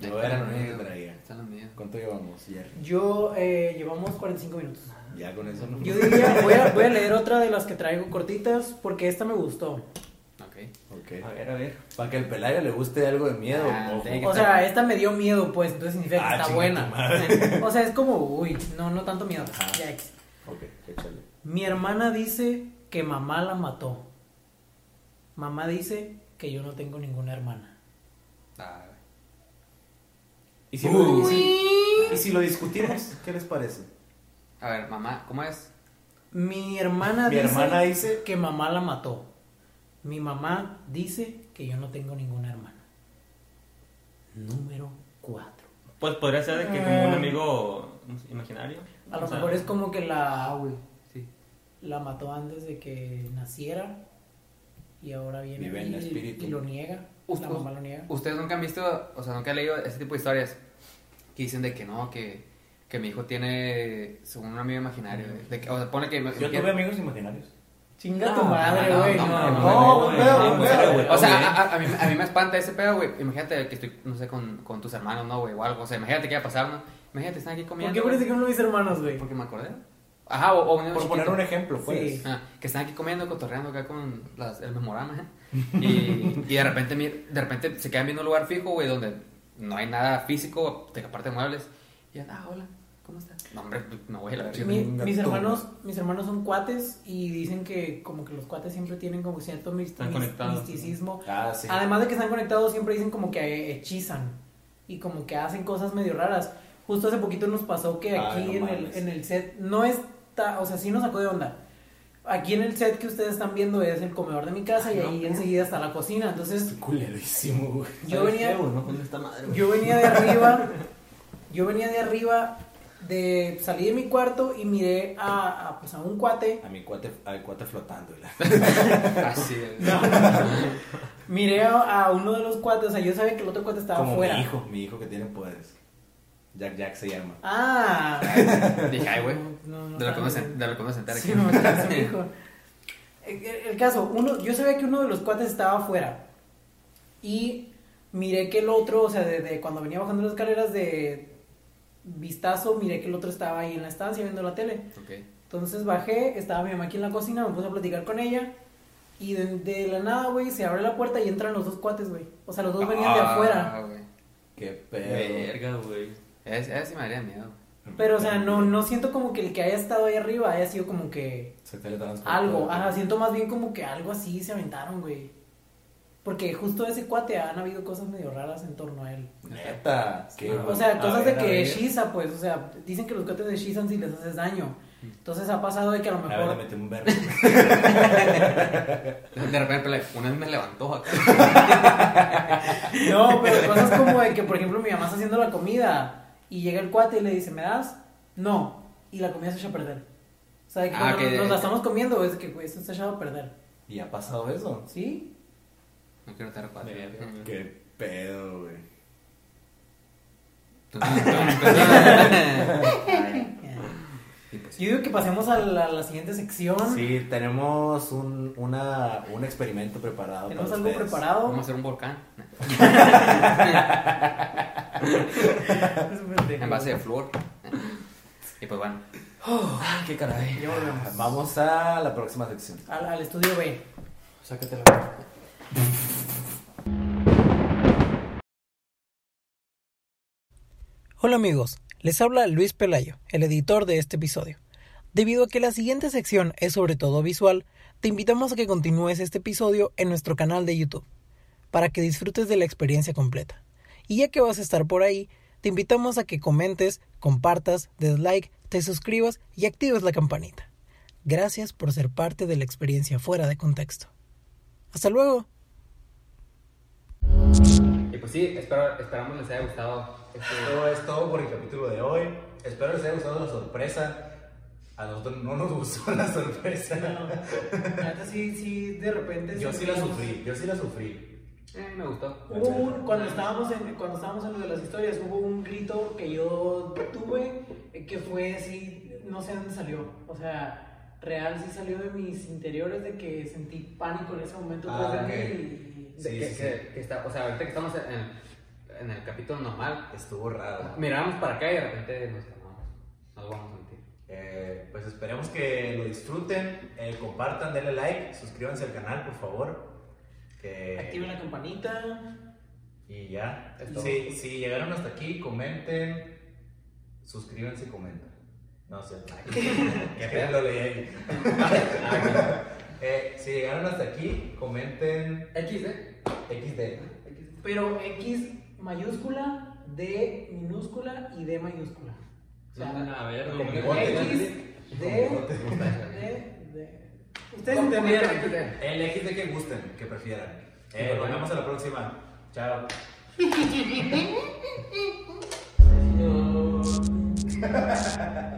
Speaker 4: Yo era lo único que traía.
Speaker 1: Está lo mío.
Speaker 4: ¿Cuánto llevamos, Jerry?
Speaker 2: Yo, eh, llevamos 45 minutos.
Speaker 4: Ya con eso no.
Speaker 2: Yo diría, voy a, voy a leer otra de las que traigo cortitas porque esta me gustó.
Speaker 1: Ok.
Speaker 5: A
Speaker 4: Ok.
Speaker 5: ver, a ver.
Speaker 4: Para que el pelayo le guste algo de miedo.
Speaker 1: Ah,
Speaker 4: ojo.
Speaker 1: sí.
Speaker 2: O sea, esta me dio miedo, pues, entonces significa que
Speaker 4: Ah,
Speaker 2: está
Speaker 4: chinga tu
Speaker 2: buena.
Speaker 4: madre.
Speaker 2: O sea, es como, uy, no, no tanto miedo.
Speaker 4: Ajá.
Speaker 2: Ya, X.
Speaker 4: Ok, échale.
Speaker 2: Mi hermana dice que mamá la mató. Mamá dice que yo no tengo ninguna hermana.
Speaker 1: Ah, güey.
Speaker 4: ¿Y si,
Speaker 1: Uy.
Speaker 4: lo, y si- y si lo discutimos? ¿Qué les parece?
Speaker 1: A ver, mamá, ¿cómo es?
Speaker 2: Mi hermana
Speaker 4: Mi
Speaker 2: dice
Speaker 4: hermana dice.
Speaker 2: que mamá la mató. Mi mamá dice que yo no tengo ninguna hermana. Número 4.
Speaker 5: Pues podría ser de que como un amigo no sé, imaginario.
Speaker 2: Eh. A lo
Speaker 5: O sea,
Speaker 2: mejor es como que la
Speaker 1: Sí.
Speaker 2: la mató antes de que naciera y ahora viene
Speaker 4: Vive en
Speaker 2: y,
Speaker 4: el espíritu.
Speaker 2: y lo niega.
Speaker 1: Ust-
Speaker 2: la mamá lo niega.
Speaker 1: Ustedes nunca han visto, o sea, nunca han leído ese tipo de historias que dicen de que no, que, que mi hijo tiene, según un amigo imaginario, de, de que, o sea, pone que...
Speaker 4: Yo
Speaker 1: que-
Speaker 4: tuve amigos imaginarios.
Speaker 2: Chinga
Speaker 1: No,
Speaker 2: tu madre,
Speaker 1: no,
Speaker 2: güey.
Speaker 1: no, no,
Speaker 2: No,
Speaker 4: no,
Speaker 2: güey,
Speaker 4: no, no,
Speaker 2: güey,
Speaker 4: no,
Speaker 2: güey.
Speaker 1: O sea,
Speaker 5: Ok.
Speaker 1: a, a- a mí, a mí me espanta ese pedo, güey. Imagínate que estoy, no sé, con, con tus hermanos, ¿no, güey? O algo. O sea, imagínate qué va a pasar, ¿no? Imagínate, están aquí comiendo.
Speaker 2: ¿Por qué parece que
Speaker 1: güey.
Speaker 2: uno de mis hermanos, güey?
Speaker 1: Porque me acordé. Ajá, o, o un niño
Speaker 4: Por
Speaker 1: Ah, chiquito.
Speaker 4: poner un ejemplo, pues.
Speaker 2: Sí.
Speaker 1: Ah, que están aquí comiendo, cotorreando acá con las, el memorama, ¿eh? Y, y de repente mi- de repente se quedan viendo un lugar fijo, güey, donde no hay nada físico, de aparte de muebles. Y ya, ah, hola, ¿cómo estás? No, hombre, me voy a la verga.
Speaker 2: Mi-
Speaker 4: Chinga
Speaker 2: mis
Speaker 4: tu
Speaker 2: hermanos mis hermanos son cuates y dicen que como que los cuates siempre tienen como cierto mis-
Speaker 5: Están
Speaker 2: mis-
Speaker 5: conectados.
Speaker 2: misticismo
Speaker 4: Ah, sí.
Speaker 2: Además de que están conectados, siempre dicen como que hechizan y como que hacen cosas medio raras. Justo hace poquito nos pasó que
Speaker 4: Ay,
Speaker 2: aquí
Speaker 4: Ah, no
Speaker 2: en, el,
Speaker 4: mames.
Speaker 2: en el set no está, o sea, sí nos sacó de onda. Aquí en el set que ustedes están viendo es el comedor de mi casa y
Speaker 4: Ah,
Speaker 5: Ay, no,
Speaker 2: ahí
Speaker 5: ¿cómo?
Speaker 2: enseguida está la cocina. Entonces
Speaker 4: Culerísimo, güey.
Speaker 2: yo venía,
Speaker 5: Uy, pues, no, ¿dónde está madre? güey?
Speaker 2: yo venía de arriba, yo venía de arriba, de, salí de mi cuarto y miré a, a, pues, a un cuate
Speaker 4: A mi cuate, al cuate flotando. y la-
Speaker 1: Así es.
Speaker 2: Miré a, a uno de los cuates, o sea, yo sabía que el otro cuate estaba
Speaker 4: Como
Speaker 2: afuera.
Speaker 4: mi hijo, mi hijo que tiene poderes. Jack Jack se llama.
Speaker 2: Ah,
Speaker 1: Dije, ay, güey.
Speaker 2: No, no,
Speaker 1: De lo
Speaker 2: no,
Speaker 1: que uno se-
Speaker 2: no.
Speaker 1: de lo que uno se entera
Speaker 2: Sí,
Speaker 1: aquí.
Speaker 2: no, sí, sí, hijo. El, el caso, uno, yo sabía que uno de los cuates estaba afuera. Y miré que el otro, o sea, desde cuando venía bajando las escaleras de vistazo, miré que el otro estaba ahí en la estancia viendo la tele.
Speaker 1: Ok.
Speaker 2: Entonces bajé, estaba mi mamá aquí en la cocina, me puse a platicar con ella. Y de, de la nada, güey, se abre la puerta y entran los dos cuates, güey. O sea, los dos venían de
Speaker 1: Ah,
Speaker 2: afuera.
Speaker 1: güey.
Speaker 4: Qué pedo.
Speaker 5: Verga, güey.
Speaker 1: Es, es sí me daría miedo.
Speaker 2: Pero, o sea, no, no siento como que el que haya estado ahí arriba haya sido como que
Speaker 4: Se teletransportó.
Speaker 2: Algo, ajá, siento más bien como que algo así se aventaron, güey. Porque justo de ese cuate han habido cosas medio raras en torno a él.
Speaker 4: Neta. qué
Speaker 2: O
Speaker 4: bueno.
Speaker 2: sea,
Speaker 4: A
Speaker 2: cosas
Speaker 4: ver,
Speaker 2: de
Speaker 4: a
Speaker 2: que
Speaker 4: ver.
Speaker 2: Shiza, pues, o sea, dicen que los cuates de Shizan si les haces daño. Entonces ha pasado de que a lo
Speaker 4: Mm. A ver, le
Speaker 2: mejor.
Speaker 4: metí un verbo.
Speaker 1: De repente, la- una vez me levantó acá.
Speaker 2: No, pero cosas como de que, por ejemplo, mi mamá está haciendo la comida y llega el cuate y le dice, ¿me das? No. Y la comida se echa a perder. O sea, de que
Speaker 1: Ah,
Speaker 2: cuando
Speaker 1: que-
Speaker 2: nos, nos la estamos comiendo, es de que, güey, esto se ha echado a perder.
Speaker 4: ¿Y ha pasado eso?
Speaker 2: ¿Sí?
Speaker 1: No quiero estar cuatro.
Speaker 5: Verga, güey.
Speaker 4: Qué pedo, güey.
Speaker 2: Yo digo que pasemos a la, a la siguiente sección.
Speaker 4: Sí, tenemos un, una, un experimento preparado.
Speaker 2: Tenemos
Speaker 4: para
Speaker 2: algo
Speaker 4: ustedes.
Speaker 2: preparado.
Speaker 1: Vamos a hacer un volcán
Speaker 2: Es un pendejo.
Speaker 1: en base de flúor. Y pues bueno.
Speaker 5: Ah, qué caray.
Speaker 2: Ya volvemos.
Speaker 4: Vamos a la próxima sección.
Speaker 2: Al, al estudio B.
Speaker 5: Sácatela.
Speaker 2: Hola amigos, les habla Luis Pelayo, el editor de este episodio. Debido a que la siguiente sección es sobre todo visual, te invitamos a que continúes este episodio en nuestro canal de YouTube, para que disfrutes de la experiencia completa. Y ya que vas a estar por ahí, te invitamos a que comentes, compartas, deslike, te suscribas y actives la campanita. Gracias por ser parte de la experiencia fuera de contexto. Hasta luego.
Speaker 1: Y pues sí, espero, esperamos les haya gustado este...
Speaker 4: Esto es todo por el capítulo de hoy. Espero les haya gustado la sorpresa. A nosotros no nos gustó la sorpresa.
Speaker 2: de repente
Speaker 4: Yo sí la sufrí, yo sí la sufrí.
Speaker 1: Eh, me gustó.
Speaker 2: Hubo un- cuando estábamos en cuando estábamos en lo de las historias hubo un grito que yo tuve eh, que fue así no sé dónde salió o sea real sí salió de mis interiores de que sentí pánico en ese momento.
Speaker 1: Ah,
Speaker 2: pues,
Speaker 1: ok.
Speaker 2: de mí y-
Speaker 1: De
Speaker 6: Sí,
Speaker 1: que,
Speaker 6: sí,
Speaker 1: que- que está, o sea, ahorita que estamos en, en el capítulo normal,
Speaker 4: Estuvo raro.
Speaker 1: miramos para acá y de repente nos calmamos. Nos vamos a sentir.
Speaker 4: Eh, pues esperemos que lo disfruten, eh, compartan, denle like, suscríbanse al canal, por favor. Que-
Speaker 2: Activen la campanita.
Speaker 4: Y ya.
Speaker 1: Es
Speaker 4: Si
Speaker 1: todo.
Speaker 4: si llegaron hasta aquí, comenten, suscríbanse y comenten. No sé. Qué feo lo leí ahí. Eh, si llegaron hasta aquí, comenten
Speaker 1: X, ¿eh?
Speaker 4: XD.
Speaker 2: Pero X mayúscula, D minúscula y D mayúscula. O sea,
Speaker 1: a ver,
Speaker 4: con
Speaker 1: ¿cómo
Speaker 4: bigote.
Speaker 1: que-
Speaker 2: X, D,
Speaker 4: Con
Speaker 2: D,
Speaker 1: Mustache.
Speaker 2: D. Ustedes
Speaker 1: ¿Cómo
Speaker 2: entendieron.
Speaker 1: que XD?
Speaker 4: El XD que gusten, que prefieran. Eh, nos vemos a la próxima. Chao.
Speaker 2: Yo-